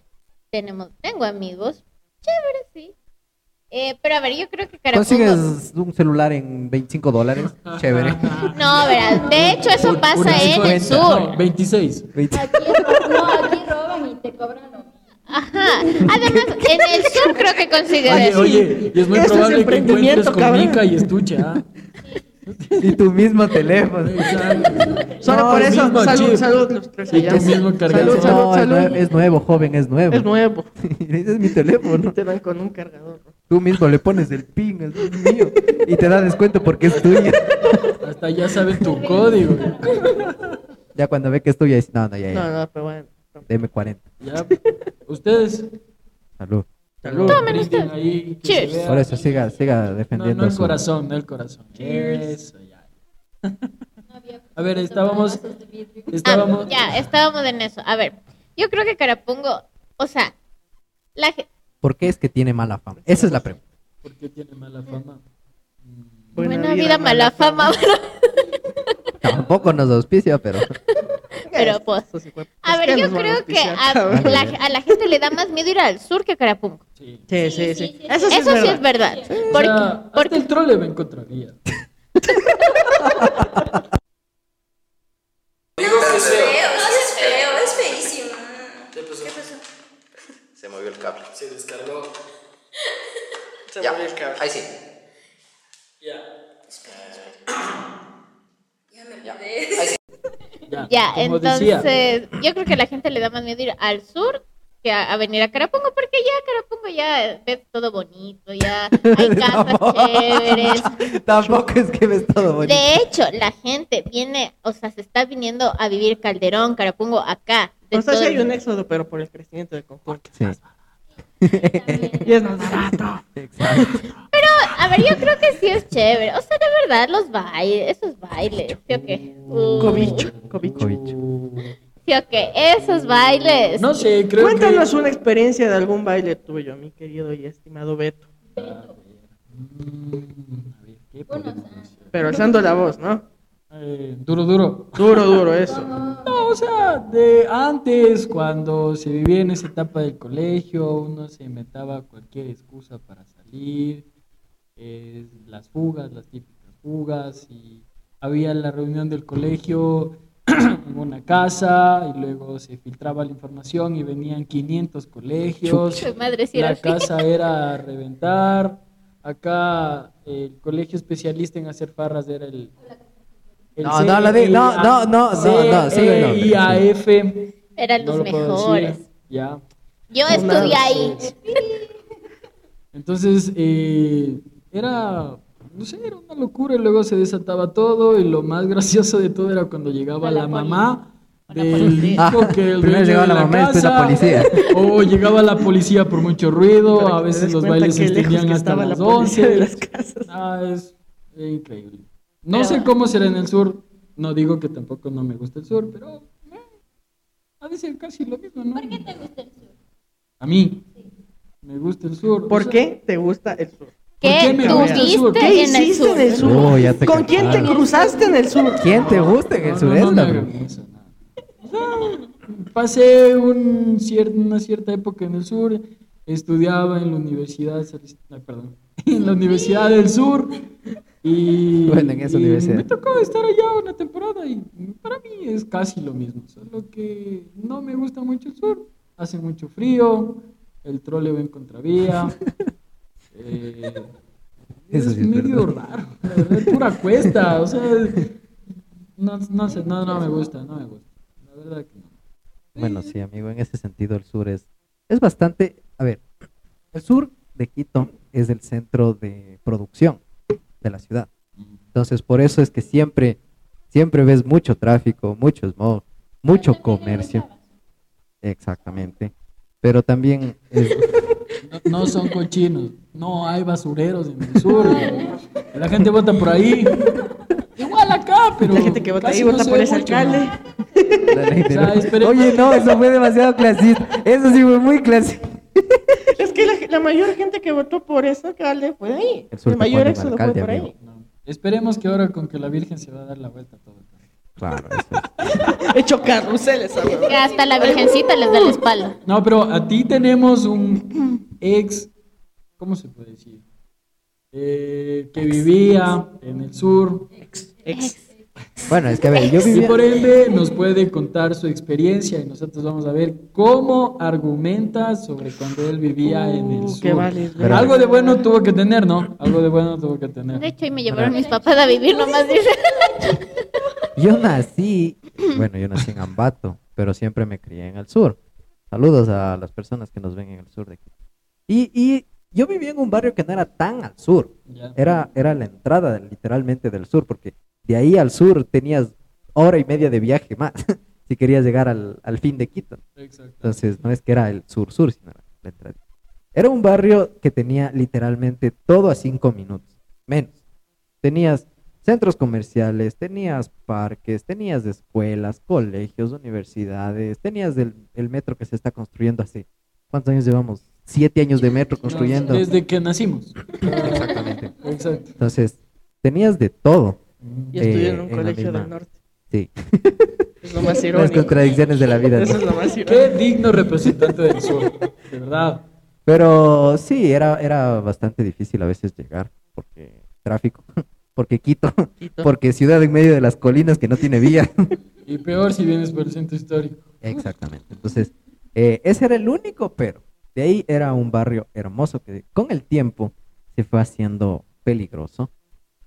Speaker 7: tenemos, tengo amigos, chévere, sí. Eh, pero a ver, yo creo que Carapungo...
Speaker 3: Consigues un celular en 25 dólares.
Speaker 5: [LAUGHS]
Speaker 3: Chévere.
Speaker 7: No, verás, de hecho eso
Speaker 5: Una
Speaker 7: pasa eh, en el
Speaker 5: cincuenta, no,
Speaker 7: sur.
Speaker 5: 26.
Speaker 6: Aquí, ro- no, aquí roban y te cobran lo mismo.
Speaker 7: Ajá, además en el sur creo que
Speaker 5: Oye,
Speaker 7: consigues...
Speaker 5: oye, y es muy
Speaker 4: Eso es
Speaker 5: probable que encuentres
Speaker 4: emprendimiento,
Speaker 5: con
Speaker 4: cabrón.
Speaker 5: mica y estuche, ¿ah?
Speaker 3: Y tu mismo teléfono.
Speaker 5: Exacto.
Speaker 4: [LAUGHS] Solo
Speaker 5: No,
Speaker 4: por
Speaker 5: el
Speaker 4: eso,
Speaker 5: mismo
Speaker 4: salud,
Speaker 5: chip.
Speaker 4: salud, los tres
Speaker 5: Sí,
Speaker 4: allá.
Speaker 5: tú mismo
Speaker 4: Salud, salud,
Speaker 5: cargaste.
Speaker 3: No, es
Speaker 4: salud.
Speaker 3: nuevo, es nuevo, joven, es nuevo.
Speaker 4: Es nuevo.
Speaker 3: [LAUGHS] Ese es mi teléfono.
Speaker 4: [LAUGHS] Te dan con un cargador.
Speaker 3: Tú mismo le pones el pin, el pin mío, y te da descuento porque es tuyo. [LAUGHS]
Speaker 5: Hasta ya sabes tu código.
Speaker 3: Ya cuando ve que es tuya, dice, no, no, ya,
Speaker 4: No,
Speaker 3: ya,
Speaker 4: no, pero bueno.
Speaker 3: deme 40.
Speaker 5: Ya. Ustedes.
Speaker 3: Salud.
Speaker 5: Salud.
Speaker 7: Tomen
Speaker 5: brinden
Speaker 7: ustedes.
Speaker 5: ahí, que
Speaker 7: Cheers.
Speaker 5: se vea.
Speaker 3: Por eso siga, siga
Speaker 5: No,
Speaker 3: defendiendo
Speaker 5: no el
Speaker 3: su-
Speaker 5: corazón, no el corazón. Eso, ya. [LAUGHS] A ver, estábamos.
Speaker 7: Ah,
Speaker 5: Estábamos.
Speaker 7: ya, estábamos en eso. A ver, yo creo que Carapungo, o sea, la, ge-
Speaker 3: ¿Por qué es que tiene mala fama? Esa es la pregunta.
Speaker 5: ¿Por qué tiene mala fama?
Speaker 7: buena, vida, mala fama,
Speaker 3: Tampoco nos auspicia, pero
Speaker 7: pero pues... A ver, yo creo que ah, a, la, a la gente le da más miedo ir al sur que a Carapungo.
Speaker 5: Sí.
Speaker 4: Sí, sí, sí. Eso sí
Speaker 7: Eso
Speaker 4: es
Speaker 7: sí es
Speaker 4: verdad.
Speaker 7: verdad.
Speaker 5: O
Speaker 7: Porque,
Speaker 5: sea, hasta
Speaker 7: porque-
Speaker 5: el trole me encontraría.
Speaker 8: Se movió el cable.
Speaker 5: Se descargó.
Speaker 8: Ya, Ahí sí.
Speaker 5: Ya.
Speaker 7: ya,
Speaker 5: como
Speaker 7: entonces,
Speaker 5: decía,
Speaker 7: yo creo que a la gente le da más miedo ir al sur que a, a venir a Carapungo, porque ya Carapungo ya ves todo bonito, ya
Speaker 5: [LAUGHS]
Speaker 7: hay casas
Speaker 3: [LAUGHS] Tampoco.
Speaker 7: chéveres.
Speaker 3: tampoco es que ves todo bonito.
Speaker 7: De hecho, la gente viene, o sea, se está viniendo a vivir Calderón, Carapungo, acá. de
Speaker 4: O sea, sí
Speaker 7: todo
Speaker 4: hay
Speaker 7: el-
Speaker 4: un éxodo, pero por el crecimiento del conjunto.
Speaker 3: Sí,
Speaker 4: [LAUGHS] Y es más barato.
Speaker 3: exacto.
Speaker 7: A ver, yo creo que sí es chévere. O sea, de verdad, los bailes, esos bailes, ¿sí o qué? Uh,
Speaker 4: Cobicho, cobicho.
Speaker 3: Cobicho.
Speaker 7: ¿Sí o qué? Esos bailes.
Speaker 5: no sé, creo
Speaker 4: Cuéntanos una experiencia de algún baile tuyo, mi querido y estimado Beto.
Speaker 5: que. Mm, a ver, ¿qué podemos decir?
Speaker 4: Pero alzando la voz, ¿no?
Speaker 5: Eh, duro, duro.
Speaker 4: Duro, duro, eso.
Speaker 5: No, o sea, de antes, cuando se vivía en esa etapa del colegio, uno se inventaba cualquier excusa para salir, eh, las fugas, las típicas fugas y había la reunión del colegio [CLEARS THROAT] en una casa y luego se filtraba la información y venían 500 colegios.
Speaker 7: Su madre sí era
Speaker 5: La
Speaker 7: así. [LAUGHS]
Speaker 5: casa era a reventar. Acá el colegio especialista en hacer farras era el. el E,
Speaker 3: No, no la di- no, no, no, no, no, sigue el nombre, sí.
Speaker 5: CEIAF,
Speaker 7: Eran
Speaker 5: no
Speaker 7: los
Speaker 5: lo puedo decir,
Speaker 7: mejores.
Speaker 5: Ya.
Speaker 7: Yo
Speaker 5: No,
Speaker 7: estudié
Speaker 5: nada,
Speaker 7: ahí.
Speaker 5: sí. Entonces, eh, era, no sé, era una locura y luego se desataba todo y lo más [LAUGHS] gracioso de todo era cuando llegaba la, mamá del hijo que el
Speaker 3: Ah, primero
Speaker 5: dueño
Speaker 3: llegaba
Speaker 5: de
Speaker 3: la mamá y después la
Speaker 5: casa,
Speaker 3: policía.
Speaker 5: [LAUGHS] O llegaba la policía por mucho ruido,
Speaker 4: Para que
Speaker 5: a
Speaker 4: te
Speaker 5: veces
Speaker 4: des
Speaker 5: los
Speaker 4: cuenta
Speaker 5: bailes se
Speaker 4: qué lejos
Speaker 5: extendían
Speaker 4: que
Speaker 5: hasta
Speaker 4: estaba la
Speaker 5: las
Speaker 4: policía
Speaker 5: 11.
Speaker 4: de las casas.
Speaker 5: Ah, es increíble. No sé cómo será en el sur, no digo que tampoco no me gusta el sur, pero eh, ha de ser casi lo mismo, ¿no? A mí. Me gusta el sur. o
Speaker 4: ¿Por
Speaker 5: sea,
Speaker 4: qué te gusta el sur?
Speaker 5: qué
Speaker 7: ¿Qué
Speaker 5: me gusta el sur?
Speaker 7: tuviste
Speaker 5: ¿Qué
Speaker 4: ¿Qué
Speaker 7: en el
Speaker 4: hiciste
Speaker 7: sur?
Speaker 4: en el sur?
Speaker 3: Oh, ya te
Speaker 4: ¿Con quién te
Speaker 3: captaron.
Speaker 4: cruzaste en el sur?
Speaker 3: ¿Quién te gusta en el
Speaker 5: No, no,
Speaker 3: sureste?
Speaker 5: no me hagan eso, no. No, Pasé un cier- una cierta época en el sur, estudiaba en la universidad, Salist- ay, perdón, [LAUGHS] en la universidad del sur y,
Speaker 3: Bueno, en esa
Speaker 5: y
Speaker 3: universidad.
Speaker 5: me tocó estar allá una temporada y para mí es casi lo mismo, solo que no me gusta mucho el sur, hace mucho frío, el troleo
Speaker 4: [LAUGHS]
Speaker 5: en contravía, eh,
Speaker 3: Eso
Speaker 5: es
Speaker 3: sí es
Speaker 5: medio
Speaker 3: verdad.
Speaker 5: raro, la verdad, es pura
Speaker 4: [LAUGHS]
Speaker 5: cuesta, o sea, no, no sé, no, no me gusta, no me gusta, la verdad que no.
Speaker 3: Bueno, sí, amigo, en ese sentido el sur es, es bastante, a ver, el sur de Quito es el centro de producción de la ciudad. Entonces, por eso es que siempre, siempre ves mucho tráfico, mucho smog, mucho comercio. Exactamente. Pero también
Speaker 5: [LAUGHS]
Speaker 3: es-
Speaker 5: No, no son cochinos, no hay basureros en el sur. La gente vota por ahí. Igual acá, pero.
Speaker 4: La gente que vota
Speaker 5: casi
Speaker 4: ahí
Speaker 5: no
Speaker 4: vota
Speaker 5: se
Speaker 4: por
Speaker 5: ve
Speaker 4: ese
Speaker 5: mucho,
Speaker 4: alcalde.
Speaker 5: ¿no?
Speaker 3: la gente-
Speaker 5: O sea, esperemos-
Speaker 3: Oye, no, eso fue demasiado clasista. Eso sí fue muy clasista.
Speaker 4: Es que la, la mayor gente que votó por ese alcalde fue de ahí.
Speaker 3: El
Speaker 4: El,
Speaker 3: sur te
Speaker 4: mayor
Speaker 3: pone
Speaker 4: éxodo
Speaker 3: alcalde,
Speaker 4: fue por
Speaker 3: amigo.
Speaker 4: ahí.
Speaker 5: No. Esperemos que ahora con que la Virgen se va a dar la vuelta a todo.
Speaker 3: Claro, eso es.
Speaker 4: He hecho carruseles, amigo.
Speaker 3: Eh,
Speaker 7: Que hasta la virgencita les da la espalda.
Speaker 5: No, pero a ti tenemos un ex. ¿Cómo se puede decir? Eh, que vivía en el sur.
Speaker 3: Bueno, es que a ver, yo
Speaker 5: Y
Speaker 3: vivía...
Speaker 5: por ende nos puede contar su experiencia y nosotros vamos a ver cómo argumenta sobre cuando él vivía en el
Speaker 4: Uh,
Speaker 5: sur.
Speaker 4: qué vale,
Speaker 5: Pero algo de bueno tuvo que tener, ¿no? Algo de bueno tuvo que
Speaker 7: De
Speaker 5: tener.
Speaker 7: hecho, ahí me llevaron mis papás a vivir nomás. dice. [LAUGHS]
Speaker 3: Yo nací, bueno, yo nací en Ambato, pero siempre me crié en el sur. Saludos a las personas que nos ven en el sur de aquí. Y, y yo vivía en un barrio que no era tan al sur,
Speaker 5: Ya.
Speaker 3: era, era la entrada del- literalmente del sur, porque de ahí al sur tenías hora y media de viaje más, [LAUGHS] si querías llegar al, al fin de Quito.
Speaker 5: Exacto.
Speaker 3: Entonces, no es que era el sur-sur, sino era la entrada. Era un barrio que tenía literalmente todo a cinco minutos, menos. Tenías centros comerciales, tenías parques, tenías escuelas, colegios, universidades, tenías el, el metro que se está construyendo hace, ¿cuántos años llevamos? Siete años de metro construyendo.
Speaker 5: Desde que nacimos.
Speaker 3: Exactamente.
Speaker 5: Exacto.
Speaker 3: Entonces, tenías de todo.
Speaker 4: Y estudié
Speaker 3: Eh,
Speaker 4: en un
Speaker 3: en la
Speaker 4: colegio
Speaker 3: misma-
Speaker 4: del norte.
Speaker 3: Sí,
Speaker 4: [LAUGHS] Es lo más
Speaker 3: las
Speaker 4: irónico.
Speaker 3: contradicciones de la vida.
Speaker 4: Eso
Speaker 3: ¿no?
Speaker 4: es lo más
Speaker 5: Qué
Speaker 4: irónico.
Speaker 5: digno representante del sur, de verdad.
Speaker 3: Pero sí, era, era bastante difícil a veces llegar, porque tráfico, [LAUGHS] porque Quito, porque ciudad en medio de las colinas que no tiene vía.
Speaker 5: Y peor si vienes por el centro histórico.
Speaker 3: Exactamente. Entonces, eh, ese era el único pero. De ahí era un barrio hermoso que con el tiempo se fue haciendo peligroso.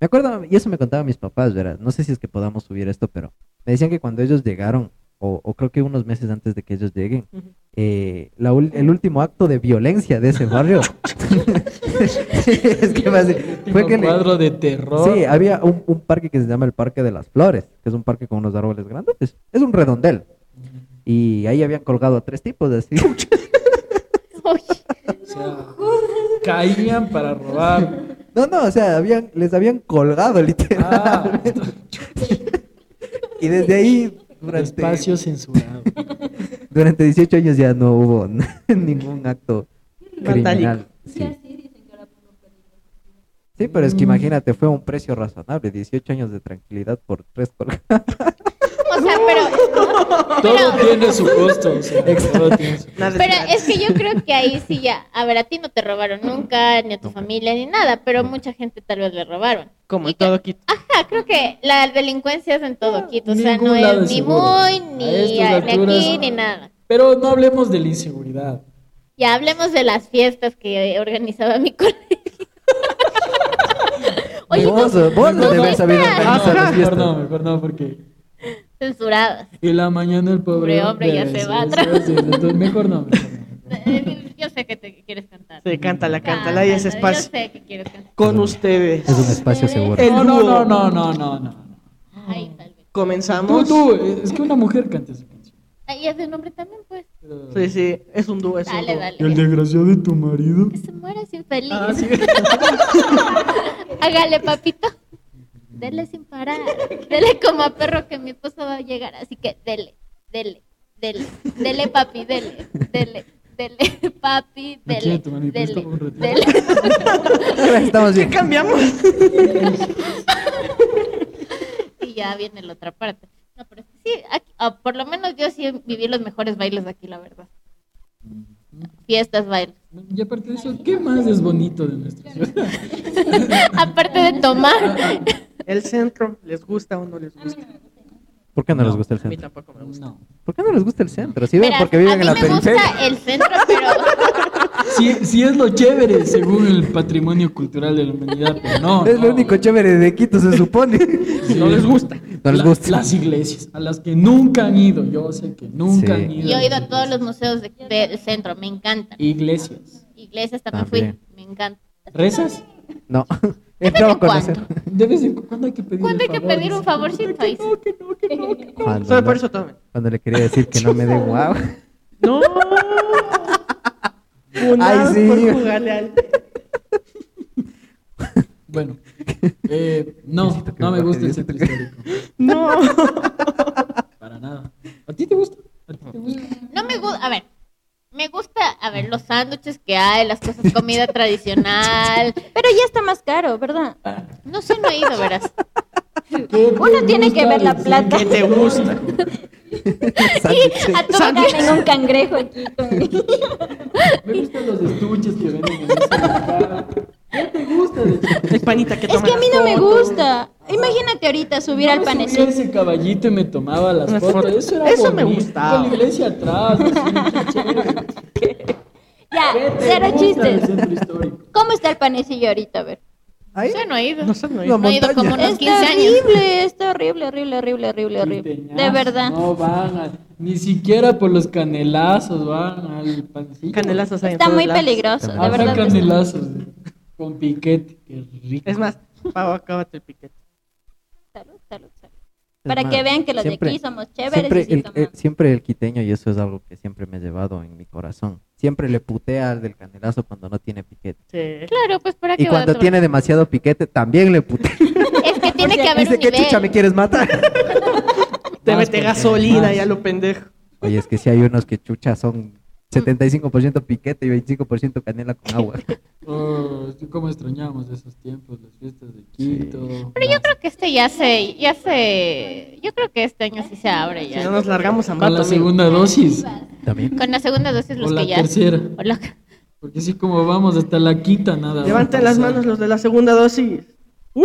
Speaker 3: Me acuerdo, y eso me contaban mis papás, ¿verdad? No sé si es que podamos subir esto, pero me decían que cuando ellos llegaron, o, o creo que unos meses antes de que ellos lleguen, eh, la ul- el último acto de violencia de ese barrio [LAUGHS] es que más- fue que
Speaker 5: un
Speaker 3: le-
Speaker 5: cuadro de terror.
Speaker 3: Sí, ah. había un, un parque que se llama el Parque de las Flores, que es un parque con unos árboles grandotes. Es un redondel. Y ahí habían colgado a tres tipos así. [LAUGHS]
Speaker 7: Oye,
Speaker 5: O sea, caían
Speaker 3: [LAUGHS]
Speaker 5: para robar.
Speaker 3: No, no, o sea, habían, les habían colgado
Speaker 5: Ah,
Speaker 3: literalmente. Y desde ahí, durante,
Speaker 5: espacio censurado.
Speaker 3: durante 18 años ya no hubo [LAUGHS] ningún acto criminal. Sí. Sí, pero es que imagínate, fue un precio razonable, 18 años de tranquilidad por tres colgados.
Speaker 7: o sea, pero,
Speaker 5: Todo tiene su costo. o sea, todo tiene su costo.
Speaker 4: Nada
Speaker 7: pero
Speaker 4: gratis.
Speaker 7: es que yo creo que ahí sí ya. A ver, a ti no te robaron nunca, ni a tu familia, ni nada, pero mucha gente tal vez le robaron.
Speaker 4: Como
Speaker 7: y
Speaker 4: en todo Quito.
Speaker 7: Ajá, creo que la delincuencia es en todo Quito. O sea,
Speaker 5: Ningún
Speaker 7: no
Speaker 5: lado
Speaker 7: es
Speaker 5: es
Speaker 7: ni
Speaker 5: seguro.
Speaker 7: muy,
Speaker 5: A
Speaker 7: ni,
Speaker 5: estas
Speaker 7: ni
Speaker 5: alturas-
Speaker 7: aquí, ni nada.
Speaker 5: Pero no hablemos de la inseguridad.
Speaker 7: Ya hablemos de las fiestas que organizaba mi [LAUGHS] colegio. Oye,
Speaker 3: vos, vos no
Speaker 5: no,
Speaker 3: debes
Speaker 5: no.
Speaker 3: saber organizar
Speaker 5: no,
Speaker 3: las
Speaker 5: mejor
Speaker 3: fiestas.
Speaker 5: no, mejor no, porque.
Speaker 7: censuradas.
Speaker 5: Y la mañana el pobre.
Speaker 7: Hombre, hombre, ya se va atrás.
Speaker 5: sí, sí, entonces mejor no. mejor no.
Speaker 7: Eh, Yo sé que te quieres cantar. Ah,
Speaker 4: Sí, cántala, cántala y ese
Speaker 7: Cántala,
Speaker 4: espacio.
Speaker 7: Yo sé que quieres cantar.
Speaker 4: Con ustedes.
Speaker 3: Es un [LAUGHS] espacio seguro.
Speaker 4: El
Speaker 5: No, no,
Speaker 4: dúo.
Speaker 5: no, no, no, no, no.
Speaker 7: Ahí tal vez.
Speaker 5: Tú,
Speaker 4: Comenzamos.
Speaker 5: tú, es que una mujer canta esa canción.
Speaker 7: Ahí es de nombre también, pues.
Speaker 5: Pero-
Speaker 4: Sí, sí, es un dúo, es un
Speaker 7: Dale,
Speaker 4: dúo.
Speaker 7: dale.
Speaker 5: ¿Y el desgraciado de tu marido?
Speaker 7: Que se muera sin feliz.
Speaker 5: Ah, sí.
Speaker 7: Hágale, papito. Dele sin parar. Dele como a perro que mi esposo va a llegar. Así que dele, dele, dele. Dele, papi, dele, dele, dele, [LAUGHS] papi,
Speaker 5: Me quiere
Speaker 7: dele.
Speaker 5: tomar mi
Speaker 7: Dele,
Speaker 5: préstamo un ratito.
Speaker 7: dele.
Speaker 3: Estamos bien.
Speaker 4: Cambiamos.
Speaker 7: [LAUGHS] Y ya viene la otra parte. No, pero es que sí, aquí- ah, por lo menos yo sí viví los mejores bailes aquí, la verdad. Fiestas, bailes. [LAUGHS]
Speaker 5: Y aparte de eso, ¿qué más es bonito de nuestra ciudad?
Speaker 7: Aparte de tomar.
Speaker 4: El centro, ¿les gusta o no les gusta?
Speaker 3: ¿Por qué no les gusta el
Speaker 4: A mí
Speaker 3: centro?
Speaker 4: tampoco me gusta.
Speaker 5: No.
Speaker 3: ¿Por qué no les gusta el centro? Si ven,
Speaker 7: Verás,
Speaker 3: porque viven en la
Speaker 7: a mí me
Speaker 3: periferia.
Speaker 7: gusta el centro, pero
Speaker 5: Sí, sí es lo chévere según el patrimonio cultural de la humanidad, pero no.
Speaker 3: Es lo
Speaker 5: no.
Speaker 3: único chévere de Quito, se supone. [LAUGHS]
Speaker 5: Sí.
Speaker 4: No les gusta.
Speaker 3: No les
Speaker 5: La-
Speaker 3: gusta.
Speaker 5: Las iglesias, a las que nunca han ido. Yo sé que nunca
Speaker 3: Sí.
Speaker 5: han ido.
Speaker 7: yo he ido
Speaker 5: las
Speaker 7: a todos los
Speaker 5: iglesias.
Speaker 7: museos de- del centro, me encantan.
Speaker 5: Iglesias.
Speaker 7: Iglesias también,
Speaker 3: También.
Speaker 7: fui, me encanta.
Speaker 5: ¿Rezas?
Speaker 6: [LAUGHS]
Speaker 3: No. Entraba con
Speaker 7: cuando.
Speaker 3: ese.
Speaker 5: De vez en cuando hay que pedir
Speaker 7: ¿Cuándo
Speaker 5: un
Speaker 7: hay que
Speaker 5: favor,
Speaker 7: pedir un
Speaker 5: dice.
Speaker 7: favorcito? Ahí sí.
Speaker 3: Cuando,
Speaker 4: Solo por
Speaker 3: Ah, no-
Speaker 4: eso tomen.
Speaker 3: cuando le quería decir que no me dé [LAUGHS] guau.
Speaker 4: No.
Speaker 3: Ay,
Speaker 4: Funados
Speaker 3: sí. [LAUGHS]
Speaker 4: por jugarle al.
Speaker 5: Bueno, eh, no,
Speaker 3: Necesito que
Speaker 5: no
Speaker 3: me
Speaker 5: me
Speaker 3: baje,
Speaker 5: gusta el
Speaker 3: necesito
Speaker 5: centro
Speaker 3: que-
Speaker 5: histórico.
Speaker 4: No.
Speaker 5: Para nada. ¿A ti te gusta? ¿A ti te gusta?
Speaker 7: No me gusta, a ver, me gusta, a ver, los sándwiches que hay, las cosas, comida tradicional.
Speaker 6: Pero ya está más caro, ¿verdad?
Speaker 4: Ah,
Speaker 7: No sé, no he ido, verás.
Speaker 6: Uno tiene que ver la plata.
Speaker 4: ¿Qué te gusta?
Speaker 6: Sí, a todo ganan un cangrejo aquí.
Speaker 4: [LAUGHS]
Speaker 5: Me gustan los estuches que venden en ese mercado. ¿Qué te gusta de
Speaker 4: El panita que
Speaker 6: Es
Speaker 4: toma.
Speaker 6: que a mí
Speaker 4: las
Speaker 6: no me
Speaker 4: fotos.
Speaker 6: gusta. Imagínate ahorita subir
Speaker 5: Yo
Speaker 6: al
Speaker 5: me
Speaker 6: panecito.
Speaker 5: subía ese caballito y me tomaba las
Speaker 4: Las
Speaker 5: fotos.
Speaker 4: fotos.
Speaker 5: Eso era
Speaker 4: Eso me
Speaker 5: bonito.
Speaker 4: gustaba.
Speaker 5: Con la iglesia atrás.
Speaker 4: [LAUGHS]
Speaker 5: así, qué chévere.
Speaker 6: Ya,
Speaker 5: ¿Qué te
Speaker 6: cero
Speaker 5: gusta del
Speaker 6: chistes.
Speaker 5: centro histórico?
Speaker 6: ¿Cómo está el panecillo ahorita? A ver.
Speaker 3: Ahí,
Speaker 7: No sé, no he ido.
Speaker 4: No sé, no hay-
Speaker 3: la
Speaker 7: No he ido como
Speaker 3: montaña.
Speaker 7: unos 15
Speaker 6: Está
Speaker 7: años.
Speaker 6: horrible, está horrible, horrible, horrible, horrible, horrible. De
Speaker 5: Quiteñazos,
Speaker 6: verdad.
Speaker 5: No van a- ni siquiera por los canelazos van al pancillo.
Speaker 4: Canelazos hay en
Speaker 6: Está
Speaker 4: todos
Speaker 6: muy
Speaker 4: lados.
Speaker 6: peligroso,
Speaker 3: Habrá
Speaker 6: de
Speaker 5: Habrá
Speaker 6: verdad. que sí.
Speaker 5: canelazos con piquete. Qué rico.
Speaker 4: Es más, Pau, acábate el piquete.
Speaker 6: Salud, salud, salud.
Speaker 3: Es
Speaker 6: Para
Speaker 3: más,
Speaker 6: que vean que los
Speaker 3: siempre-
Speaker 6: de aquí somos chéveres
Speaker 3: Siempre
Speaker 6: y sí
Speaker 3: el, eh,
Speaker 6: tomamos.
Speaker 3: siempre el quiteño, y eso es algo que siempre me he llevado en mi corazón. Siempre le putea al del candelazo cuando no tiene piquete.
Speaker 4: Sí.
Speaker 7: Claro, pues para
Speaker 3: Y
Speaker 7: qué va
Speaker 3: cuando
Speaker 7: otro?
Speaker 3: tiene demasiado piquete, también le putea.
Speaker 7: Es que tiene que haber un
Speaker 3: Dice, ¿qué
Speaker 7: nivel.
Speaker 3: chucha me quieres
Speaker 6: [LAUGHS]
Speaker 3: matar?
Speaker 4: Te
Speaker 5: Más
Speaker 4: mete
Speaker 5: porque-
Speaker 4: gasolina
Speaker 5: más.
Speaker 4: ya lo pendejo.
Speaker 3: Oye, es que si hay unos que chucha
Speaker 5: Mm.
Speaker 3: son 75% piquete y 25% canela con agua.
Speaker 5: Oh, cómo extrañamos esos tiempos, las fiestas de Quito.
Speaker 7: Pero yo creo que este ya se, ya se, yo creo que este año sí se abre
Speaker 4: Si no
Speaker 7: ya.
Speaker 4: nos largamos a
Speaker 5: Con la
Speaker 4: mato, amigo.
Speaker 5: segunda dosis
Speaker 3: También.
Speaker 7: Con la segunda dosis
Speaker 5: o
Speaker 7: los
Speaker 5: la
Speaker 7: que ya.
Speaker 5: tercera.
Speaker 7: O la-
Speaker 5: Porque así como vamos hasta la quita nada. va a
Speaker 4: Levanten las
Speaker 5: pasar.
Speaker 4: manos los de la segunda dosis.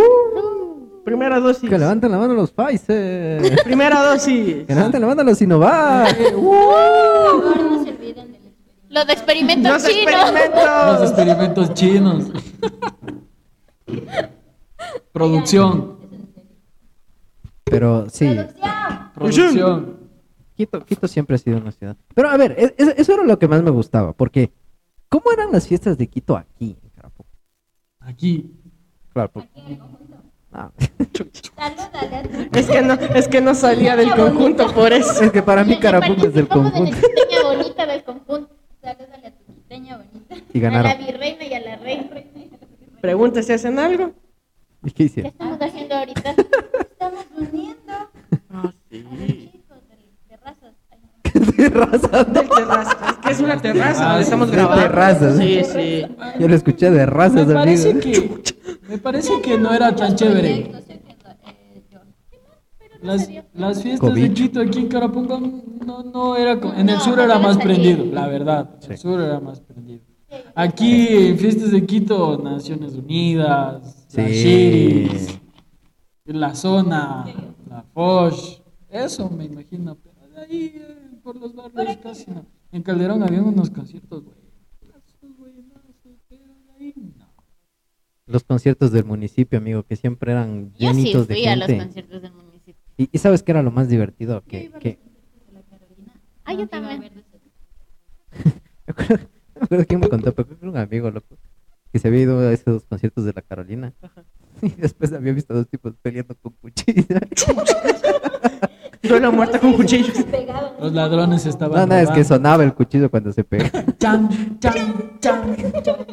Speaker 4: ¡Uh! Primera dosis.
Speaker 3: Que levanten la mano los Pfizer.
Speaker 4: Primera dosis.
Speaker 3: que levanten la mano los
Speaker 5: [LAUGHS]
Speaker 3: Sinovac.
Speaker 6: Por favor, no
Speaker 5: Uh,
Speaker 6: se olviden de la-
Speaker 7: Los de experimentos
Speaker 4: Los
Speaker 7: chinos.
Speaker 5: Los
Speaker 4: experimentos.
Speaker 5: experimentos [LAUGHS] chinos. producción,
Speaker 3: Pero sí,
Speaker 5: producción.
Speaker 3: Quito, Quito siempre ha sido una ciudad. Pero a ver, e- e- eso era lo que más me gustaba. Porque, ¿cómo eran las fiestas de Quito aquí? en Jarapo?
Speaker 5: Aquí.
Speaker 3: Claro, porque- Ah,
Speaker 6: Salud, dale, dale.
Speaker 4: Es que no, es que no salía del conjunto por eso.
Speaker 3: es que [LAUGHS] para mí Carapungo es del
Speaker 7: Participamos de la
Speaker 3: conjunto.
Speaker 7: quiteña bonita del conjunto.
Speaker 6: Salúdale a tu quiteña bonita.
Speaker 3: Y
Speaker 7: A la
Speaker 3: ganaron.
Speaker 7: virreina y a
Speaker 3: [LAUGHS]
Speaker 7: la reina.
Speaker 4: Pregunta si hacen algo.
Speaker 3: [LAUGHS] ¿Y qué
Speaker 7: ¿Qué
Speaker 3: hicieron? [LAUGHS]
Speaker 7: estamos haciendo ahorita?
Speaker 6: Estamos uniendo chicos de, de razas.
Speaker 3: Terrazas, no.
Speaker 4: Del terraza. Es que es una terraza donde estamos
Speaker 3: De
Speaker 4: grabando.
Speaker 3: terrazas.
Speaker 4: Sí, sí.
Speaker 3: Yo lo escuché de razas,
Speaker 5: Me parece
Speaker 3: amigo.
Speaker 5: que, me parece que no era tan chévere.
Speaker 6: Entonces, que, eh, yo-
Speaker 5: Las, las fiestas
Speaker 3: Cobicho.
Speaker 5: de Quito aquí en Carapungo no, no era... co- En el
Speaker 7: No,
Speaker 5: sur era
Speaker 7: no
Speaker 5: más
Speaker 7: salía.
Speaker 5: prendido, la verdad.
Speaker 3: Sí.
Speaker 5: El sur era más prendido. Aquí en fiestas de Quito, Naciones Unidas, las Shiris,
Speaker 3: Sí.
Speaker 5: la zona, la Foch, eso me imagino. Pero de ahí, eh, por los barrios casi no. En Calderón había unos conciertos, güey. Pero de ahí no.
Speaker 3: Los conciertos del municipio, amigo, que siempre eran
Speaker 7: Yo sí
Speaker 3: llenitos de
Speaker 7: fui a los
Speaker 3: gente.
Speaker 7: conciertos del municipio.
Speaker 3: y, y sabes qué era lo más divertido? Que, que-
Speaker 7: Ah, yo también.
Speaker 3: me acuerdo, me acuerdo quién me contó, pero creo que era un amigo, loco, que se había ido a esos conciertos de la Carolina. [LAUGHS] Y después había visto a dos tipos peleando con cuchillas.
Speaker 4: Duelo a muerte con cuchillos.
Speaker 5: Los ladrones estaban.
Speaker 3: No, no, es que
Speaker 5: robando.
Speaker 3: sonaba el cuchillo cuando se pega.
Speaker 5: Chan, chan, chan, chan.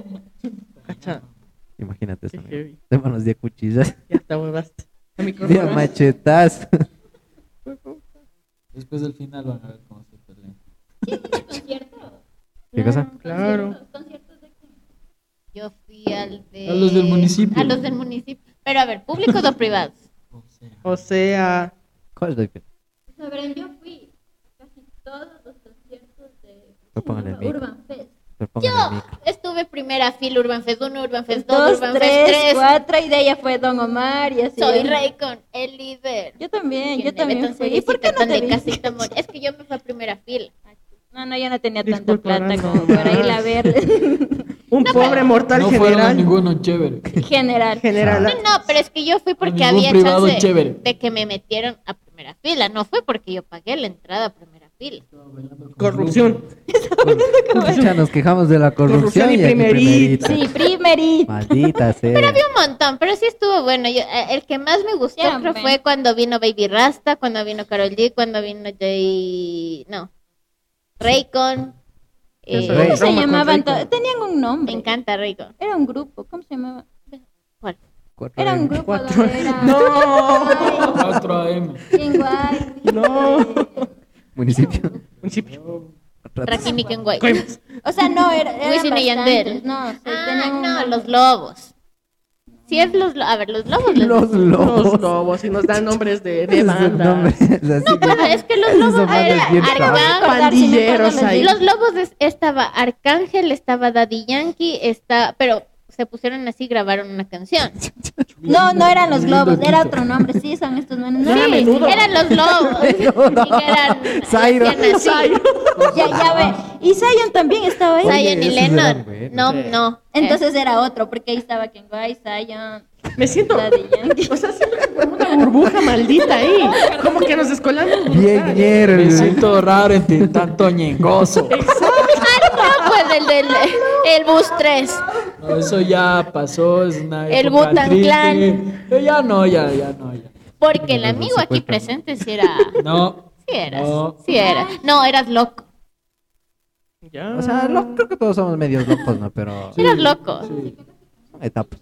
Speaker 4: Cacha,
Speaker 3: Imagínate eso,
Speaker 4: Qué
Speaker 3: amigo.
Speaker 4: heavy.
Speaker 3: Démonos de cuchillas,
Speaker 4: Ya te huevaste. El
Speaker 3: de
Speaker 4: micrófono.
Speaker 3: a machetazos.
Speaker 5: Después del final van a ver cómo se pelean.
Speaker 3: ¿Qué cosa?
Speaker 4: Claro.
Speaker 7: Yo fui al de...
Speaker 5: A los del municipio.
Speaker 7: A los del municipio. Pero a ver, ¿públicos o privados? [LAUGHS]
Speaker 5: O sea,
Speaker 4: O sea,
Speaker 3: ¿Cuál es la diferencia?
Speaker 6: Sabrán, yo fui a casi todos los conciertos de
Speaker 3: Pero póngale el micro.
Speaker 6: Urban Fest.
Speaker 3: Pero póngale el micro.
Speaker 7: Estuve primera fila, Urban Fest 1, Urban Fest 2,
Speaker 6: Dos,
Speaker 7: Urban
Speaker 6: tres,
Speaker 7: Fest 3.
Speaker 6: cuatro, y de ella fue Don Omar y así.
Speaker 7: Soy rey con el líder.
Speaker 6: Yo también,
Speaker 7: Tiene
Speaker 6: yo también
Speaker 7: Betón
Speaker 6: fui. ¿Y por qué
Speaker 7: Cerecita,
Speaker 6: no te
Speaker 7: Tony
Speaker 6: vi?
Speaker 7: Casita, amor. Es que yo me fui a primera fila.
Speaker 6: No, no, yo no tenía tanta
Speaker 4: Disculpa,
Speaker 6: plata
Speaker 4: no,
Speaker 6: como para ir a
Speaker 4: más. [LAUGHS]
Speaker 6: ver.
Speaker 4: un pobre mortal
Speaker 5: no fueron Ah.
Speaker 4: general.
Speaker 5: ninguno chévere.
Speaker 6: General.
Speaker 4: General.
Speaker 7: No, no, pero es que yo fui porque
Speaker 5: Ningún
Speaker 7: había
Speaker 5: privado
Speaker 7: chance
Speaker 5: chévere.
Speaker 7: de que me metieron a primera fila. No fue porque yo pagué la entrada a primera fila.
Speaker 4: Corrupción.
Speaker 3: Pucha, nos quejamos de la corrupción,
Speaker 4: Corrupción y
Speaker 3: y, aquí
Speaker 4: primerita.
Speaker 3: primerita.
Speaker 6: Sí, primerito.
Speaker 3: Maldita sea.
Speaker 7: Un montón, pero sí estuvo bueno. Yo, eh, el que más me gustó
Speaker 6: Ya,
Speaker 7: creo
Speaker 6: ven.
Speaker 7: fue cuando vino Baby Rasta, cuando vino Carol G, cuando vino Jay... No. Raycon. Eh,
Speaker 4: Eso,
Speaker 6: ¿Cómo
Speaker 4: Raycon.
Speaker 6: se
Speaker 4: Roma con
Speaker 6: llamaban?
Speaker 4: Rico.
Speaker 6: to- Tenían un
Speaker 7: me
Speaker 6: nombre.
Speaker 7: encanta Raycon.
Speaker 6: Era un grupo. ¿Cómo se llamaba?
Speaker 7: ¿Cuál?
Speaker 3: Cuatro
Speaker 6: Era un
Speaker 3: de-
Speaker 6: grupo
Speaker 4: Cuatro.
Speaker 6: donde
Speaker 4: [LAUGHS]
Speaker 6: era...
Speaker 4: No.
Speaker 5: 4
Speaker 3: [LAUGHS]
Speaker 5: AM.
Speaker 6: Bien guay.
Speaker 4: No.
Speaker 3: Municipio.
Speaker 4: Municipio.
Speaker 7: Rakini Kenway.
Speaker 6: O sea, no, era, eran
Speaker 7: Wisin y
Speaker 6: bastantes,
Speaker 7: Yandel.
Speaker 6: No, sí,
Speaker 7: Ah,
Speaker 6: tenían un
Speaker 7: no,
Speaker 6: nombre.
Speaker 7: los lobos. Si es los lo- A ver, los lobos. los-
Speaker 3: Los
Speaker 4: Los
Speaker 3: lobos.
Speaker 4: lobos y nos dan nombres [LAUGHS] de, de
Speaker 3: Esos
Speaker 4: bandas.
Speaker 3: nombres así
Speaker 7: No, pero es que los
Speaker 3: Esos
Speaker 7: lobos.
Speaker 3: nombres
Speaker 7: Era
Speaker 3: bien
Speaker 7: Arcángel,
Speaker 6: Recordar, sí me acuerdo
Speaker 4: Pandilleros
Speaker 6: los
Speaker 4: ahí.
Speaker 7: Los lobos es- estaba Arcángel, estaba Daddy Yankee, está, pero se pusieron así, grabaron una canción.
Speaker 6: No, no eran los
Speaker 5: Lindo
Speaker 6: globos, era
Speaker 5: Quito.
Speaker 6: otro nombre, sí, son estos buenos.
Speaker 4: No era
Speaker 6: Sí,
Speaker 4: menudo.
Speaker 7: Eran
Speaker 3: [LAUGHS]
Speaker 7: los
Speaker 3: No,
Speaker 7: lobos.
Speaker 3: no.
Speaker 7: Y que eran-
Speaker 3: Zairo.
Speaker 7: hacían así.
Speaker 6: ya, ya ve. Y Zion también estaba ahí.
Speaker 3: Oye,
Speaker 7: Zion y
Speaker 3: esos eran
Speaker 7: Lennon.
Speaker 3: buenos.
Speaker 7: No,
Speaker 4: Sí.
Speaker 7: no.
Speaker 6: Entonces
Speaker 7: Eh.
Speaker 6: era otro, porque ahí estaba Kenway, Zion,
Speaker 4: Me siento.
Speaker 6: Daddy
Speaker 7: [LAUGHS]
Speaker 6: Yankee.
Speaker 4: O sea, siento como una burbuja maldita ahí. Como que nos descolamos.
Speaker 3: Bien, ñero,
Speaker 5: Me
Speaker 3: el-
Speaker 5: siento raro entre tanto ñengoso.
Speaker 7: Ah, no, pues el del el bus 3.
Speaker 5: No, eso ya pasó, es una
Speaker 7: El
Speaker 5: época
Speaker 7: Wu-Tang
Speaker 5: triste.
Speaker 7: Clan.
Speaker 5: Yo ya no, ya, ya no, ya.
Speaker 7: Porque el amigo aquí presente sí era.
Speaker 5: No,
Speaker 7: Sí eras.
Speaker 5: No.
Speaker 7: Sí era. No, eras loco.
Speaker 4: Ya.
Speaker 3: O sea, lo- creo que todos somos medios locos, ¿no? Pero
Speaker 7: Eras loco.
Speaker 5: sí.
Speaker 3: son etapas.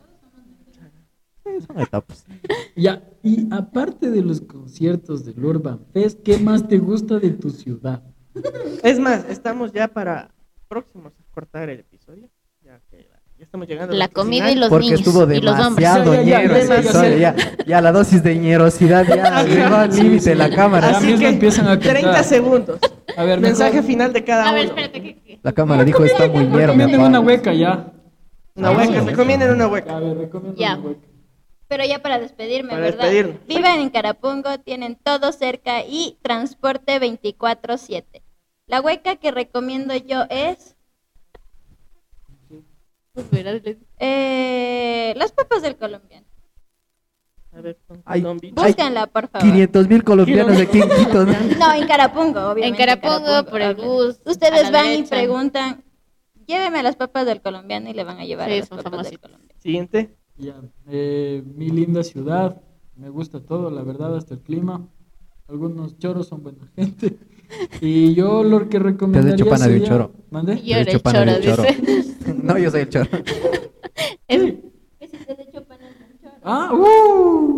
Speaker 3: Sí, son etapas.
Speaker 5: Ya, y aparte de los conciertos del Urban Fest, ¿qué más te gusta de tu ciudad?
Speaker 4: Es más, estamos ya para próximos a cortar el episodio. Ya, que ya estamos llegando. a
Speaker 7: La
Speaker 4: nuestro
Speaker 7: comida
Speaker 4: final.
Speaker 7: y los
Speaker 3: Porque
Speaker 7: niños.
Speaker 3: estuvo
Speaker 7: Y los hombres.
Speaker 3: demasiado
Speaker 5: Ya, ya, ya,
Speaker 3: ñero ese
Speaker 4: demasiado.
Speaker 3: episodio, ya, ya la dosis de ñerosidad ya llegó al
Speaker 5: Sí,
Speaker 3: límite
Speaker 5: sí.
Speaker 3: la cámara.
Speaker 5: Ya
Speaker 4: Así
Speaker 5: mismo
Speaker 4: que
Speaker 5: empiezan a cantar.
Speaker 4: 30 segundos.
Speaker 5: A ver,
Speaker 4: Mensaje
Speaker 5: mejor-
Speaker 4: final de cada
Speaker 7: A ver,
Speaker 4: uno.
Speaker 7: espérate. ¿qué- qué?
Speaker 3: La cámara dijo está muy ñero, me
Speaker 5: Recomienden una
Speaker 3: apago.
Speaker 5: hueca ya.
Speaker 4: Una hueca, recomienden una hueca.
Speaker 5: A ver, recomienden
Speaker 7: Ya.
Speaker 5: una hueca.
Speaker 6: Pero ya para despedirme,
Speaker 4: Para
Speaker 6: ¿verdad?
Speaker 4: despedirnos.
Speaker 6: Viven en Carapungo, tienen todo cerca y transporte 24-7. La hueca que recomiendo yo es
Speaker 7: Pues, verás, les-
Speaker 6: eh, las papas del colombiano.
Speaker 4: A ver, con
Speaker 3: Ay,
Speaker 4: Colombi.
Speaker 3: ay,
Speaker 6: Búsquenla, por favor.
Speaker 3: 500 mil colombianos aquí en Quito. ¿no?
Speaker 6: No, en Carapungo, obviamente.
Speaker 7: En Carapungo, por el
Speaker 6: obviamente.
Speaker 7: bus. a la
Speaker 6: Ustedes van y
Speaker 7: derecha.
Speaker 6: preguntan, lléveme las papas del colombiano y le van a llevar
Speaker 7: Sí,
Speaker 6: a las
Speaker 7: son
Speaker 6: papas del
Speaker 7: famositas.
Speaker 6: colombiano.
Speaker 4: Siguiente.
Speaker 5: Ya, eh, mi linda ciudad, me gusta todo, la verdad, hasta el clima. Algunos choros son buena gente. Y yo lo que recomendaría
Speaker 3: pana de un
Speaker 5: sería-
Speaker 3: choro.
Speaker 5: ¿Mande?
Speaker 7: Yo era
Speaker 3: Derecho
Speaker 7: el
Speaker 3: pana
Speaker 7: choro,
Speaker 3: del choro.
Speaker 7: dice.
Speaker 3: [LAUGHS] No, yo soy el choro.
Speaker 7: Es-
Speaker 5: Ah, uh.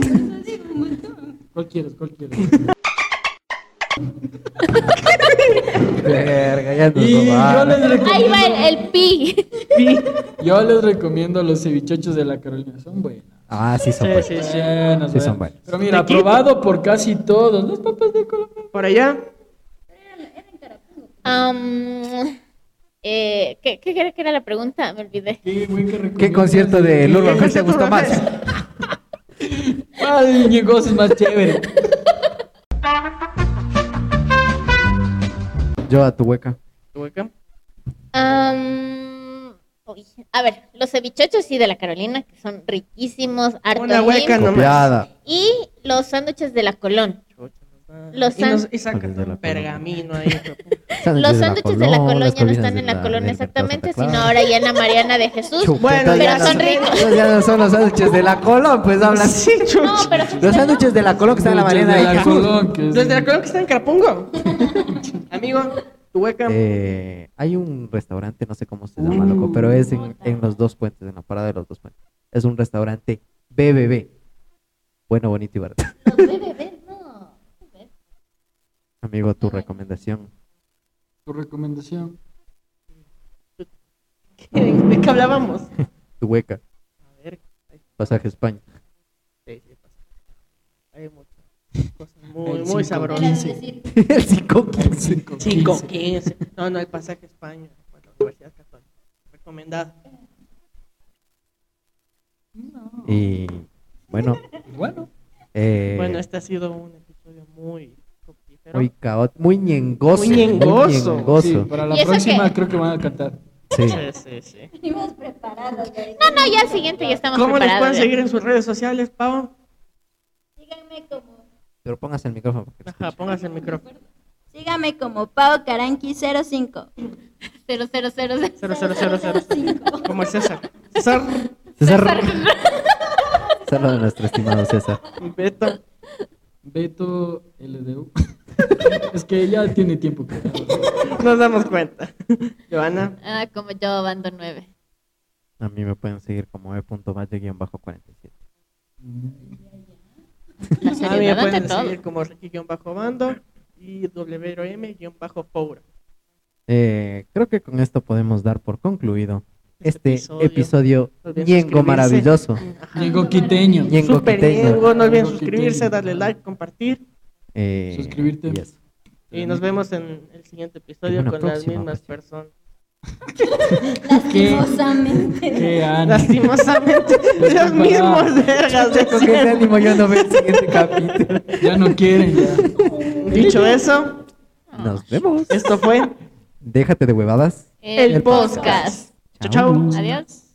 Speaker 5: ¿Cuál quieres? ¿Cuál quieres?
Speaker 3: Verga, ya nos
Speaker 5: y yo
Speaker 3: robaron.
Speaker 5: les
Speaker 7: Ahí
Speaker 5: recomiendo,
Speaker 7: va el, el pi. [LAUGHS]
Speaker 5: yo les recomiendo los cevichochos de la Carolina, son buenas.
Speaker 3: Ah, sí son
Speaker 4: eh, Sí,
Speaker 3: buenos.
Speaker 4: sí, sí.
Speaker 5: Buenos,
Speaker 3: Sí, son
Speaker 5: buenos.
Speaker 3: buenos.
Speaker 5: Pero mira,
Speaker 4: ¿De Quito?
Speaker 5: aprobado por casi todos los papás de Colombia.
Speaker 4: Por allá,
Speaker 7: Am, eh, ¿qué, ¿Qué era que era la pregunta? Me olvidé.
Speaker 5: Qué, güey, qué
Speaker 3: ¿Qué concierto de
Speaker 5: Lula?
Speaker 3: Lurma te
Speaker 4: concierto
Speaker 3: gustó
Speaker 4: de
Speaker 3: más?
Speaker 5: Ay, Ñegoso es
Speaker 3: [LAUGHS]
Speaker 5: más chévere.
Speaker 3: Yo a tu hueca.
Speaker 4: Hueca.
Speaker 7: Am, uy, a ver, los cevichochos sí de la Carolina, que son riquísimos, harto
Speaker 4: Una hueca,
Speaker 7: lim.
Speaker 4: no.
Speaker 3: Copiada.
Speaker 7: Y los sándwiches de la Colón. Los
Speaker 4: y, nos-
Speaker 7: san-
Speaker 4: y sacan
Speaker 3: Sándwiches de la
Speaker 4: un pergamino ahí. hijo de puta.
Speaker 7: Los sándwiches de la
Speaker 3: Ah, Colón,
Speaker 7: Colón
Speaker 3: las
Speaker 7: ya no
Speaker 3: colinas
Speaker 7: están
Speaker 3: de
Speaker 7: en la Colón
Speaker 3: del mercado Santa
Speaker 7: exactamente, sino
Speaker 3: Clara.
Speaker 7: ahora ya en la Mariana de Jesús.
Speaker 3: Chuta,
Speaker 4: Bueno,
Speaker 7: pero
Speaker 4: ya
Speaker 7: son
Speaker 4: no-
Speaker 7: ricos.
Speaker 3: Ya no son los sándwiches de la Colón, pues hablan así.
Speaker 7: No, pero son
Speaker 3: Los sándwiches de la Colón que están en la Mariana de
Speaker 5: la
Speaker 3: Jesús.
Speaker 5: Colón, que es-
Speaker 4: Desde la Colón que está en Carapungo. Amigo, tu hueca.
Speaker 3: Eh, hay un restaurante, no sé cómo se llama, loco, pero es en, en los dos puentes, en la parada de los dos puentes. Es un restaurante BBB. Bueno, bonito y barato.
Speaker 7: los BBB, no.
Speaker 3: Amigo, tu recomendación.
Speaker 5: Tu recomendación.
Speaker 4: ¿De qué hablábamos?
Speaker 3: Tu hueca.
Speaker 4: A ver,
Speaker 3: Pasaje a
Speaker 4: [LAUGHS]
Speaker 3: España.
Speaker 4: sí, sí, pasa. Hay muchas cosas muy,
Speaker 5: El
Speaker 4: muy
Speaker 5: cinco
Speaker 4: sabrosas.
Speaker 5: quince.
Speaker 3: El 5
Speaker 5: El cinco
Speaker 4: 5,
Speaker 5: quince.
Speaker 4: 15. No, no, el pasaje a España. Bueno, Universidad Católica. Recomendado.
Speaker 3: Y bueno,
Speaker 5: Bueno,
Speaker 3: eh,
Speaker 4: Bueno, este ha sido un episodio muy fructífero.
Speaker 3: muy caótico, muy ñengoso.
Speaker 4: Muy ñengoso.
Speaker 5: sí,
Speaker 3: ñengoso.
Speaker 5: para
Speaker 7: ¿Y
Speaker 5: la
Speaker 7: eso
Speaker 5: próxima
Speaker 7: qué?
Speaker 5: creo que van a cantar.
Speaker 3: Sí.
Speaker 4: Sí, sí, sí.
Speaker 7: No, no, ya el siguiente ya estamos
Speaker 4: ¿Cómo les
Speaker 7: preparados.
Speaker 4: pueden seguir en sus redes sociales, Pavo?
Speaker 6: Síganme como,
Speaker 3: Pero póngase el micrófono. porque te
Speaker 4: Ajá,
Speaker 3: escucho.
Speaker 4: póngase el micrófono.
Speaker 6: síganme como Pau Caranqui 05.
Speaker 7: Cero, cero, cero, cero.
Speaker 4: Cero, cero, cero, cero. Como el César. [LAUGHS] César,
Speaker 3: César. Saludos a nuestro estimado César.
Speaker 4: Beto.
Speaker 5: Beto LDU. [LAUGHS] es que ya tiene tiempo. que-
Speaker 4: Nos damos cuenta. Joana,
Speaker 7: Ah, como yo bando nueve.
Speaker 3: A mí me pueden seguir como E. e.valle-47.
Speaker 4: a mí
Speaker 7: La
Speaker 4: me
Speaker 7: seriedad ante
Speaker 4: Ah, pueden
Speaker 7: todo.
Speaker 4: seguir como Ricky-Bando y WM-Poura.
Speaker 3: Eh, creo que con esto podemos dar por concluido este
Speaker 4: episodio.
Speaker 3: episodio
Speaker 4: No olviden
Speaker 3: ñengo
Speaker 4: suscribirse.
Speaker 3: [LAUGHS] maravilloso.
Speaker 7: Ah,
Speaker 5: Llegó quiteño.
Speaker 3: Ñengo
Speaker 4: Super
Speaker 3: quiteño.
Speaker 4: Ñengo, no olviden
Speaker 5: Ñengo
Speaker 4: suscribirse,
Speaker 5: quiteño.
Speaker 4: darle like, compartir.
Speaker 3: Eh,
Speaker 5: Suscribirte.
Speaker 3: y eso.
Speaker 4: Y nos vemos en el siguiente
Speaker 3: En
Speaker 4: episodio
Speaker 3: una
Speaker 4: con las
Speaker 3: próxima
Speaker 4: mismas
Speaker 3: ocasión.
Speaker 4: personas.
Speaker 5: Qué,
Speaker 6: Lastimosamente.
Speaker 5: qué ana.
Speaker 4: Lastimosamente, los mismos vergas de
Speaker 3: Con ese
Speaker 4: siempre.
Speaker 3: ánimo yo no veo el siguiente capítulo.
Speaker 5: Ya no quieren. Ya.
Speaker 4: Dicho eso,
Speaker 3: Nos vemos.
Speaker 4: esto fue
Speaker 3: Déjate de huevadas.
Speaker 4: El
Speaker 7: El podcast.
Speaker 4: Chao, chao.
Speaker 7: Adiós.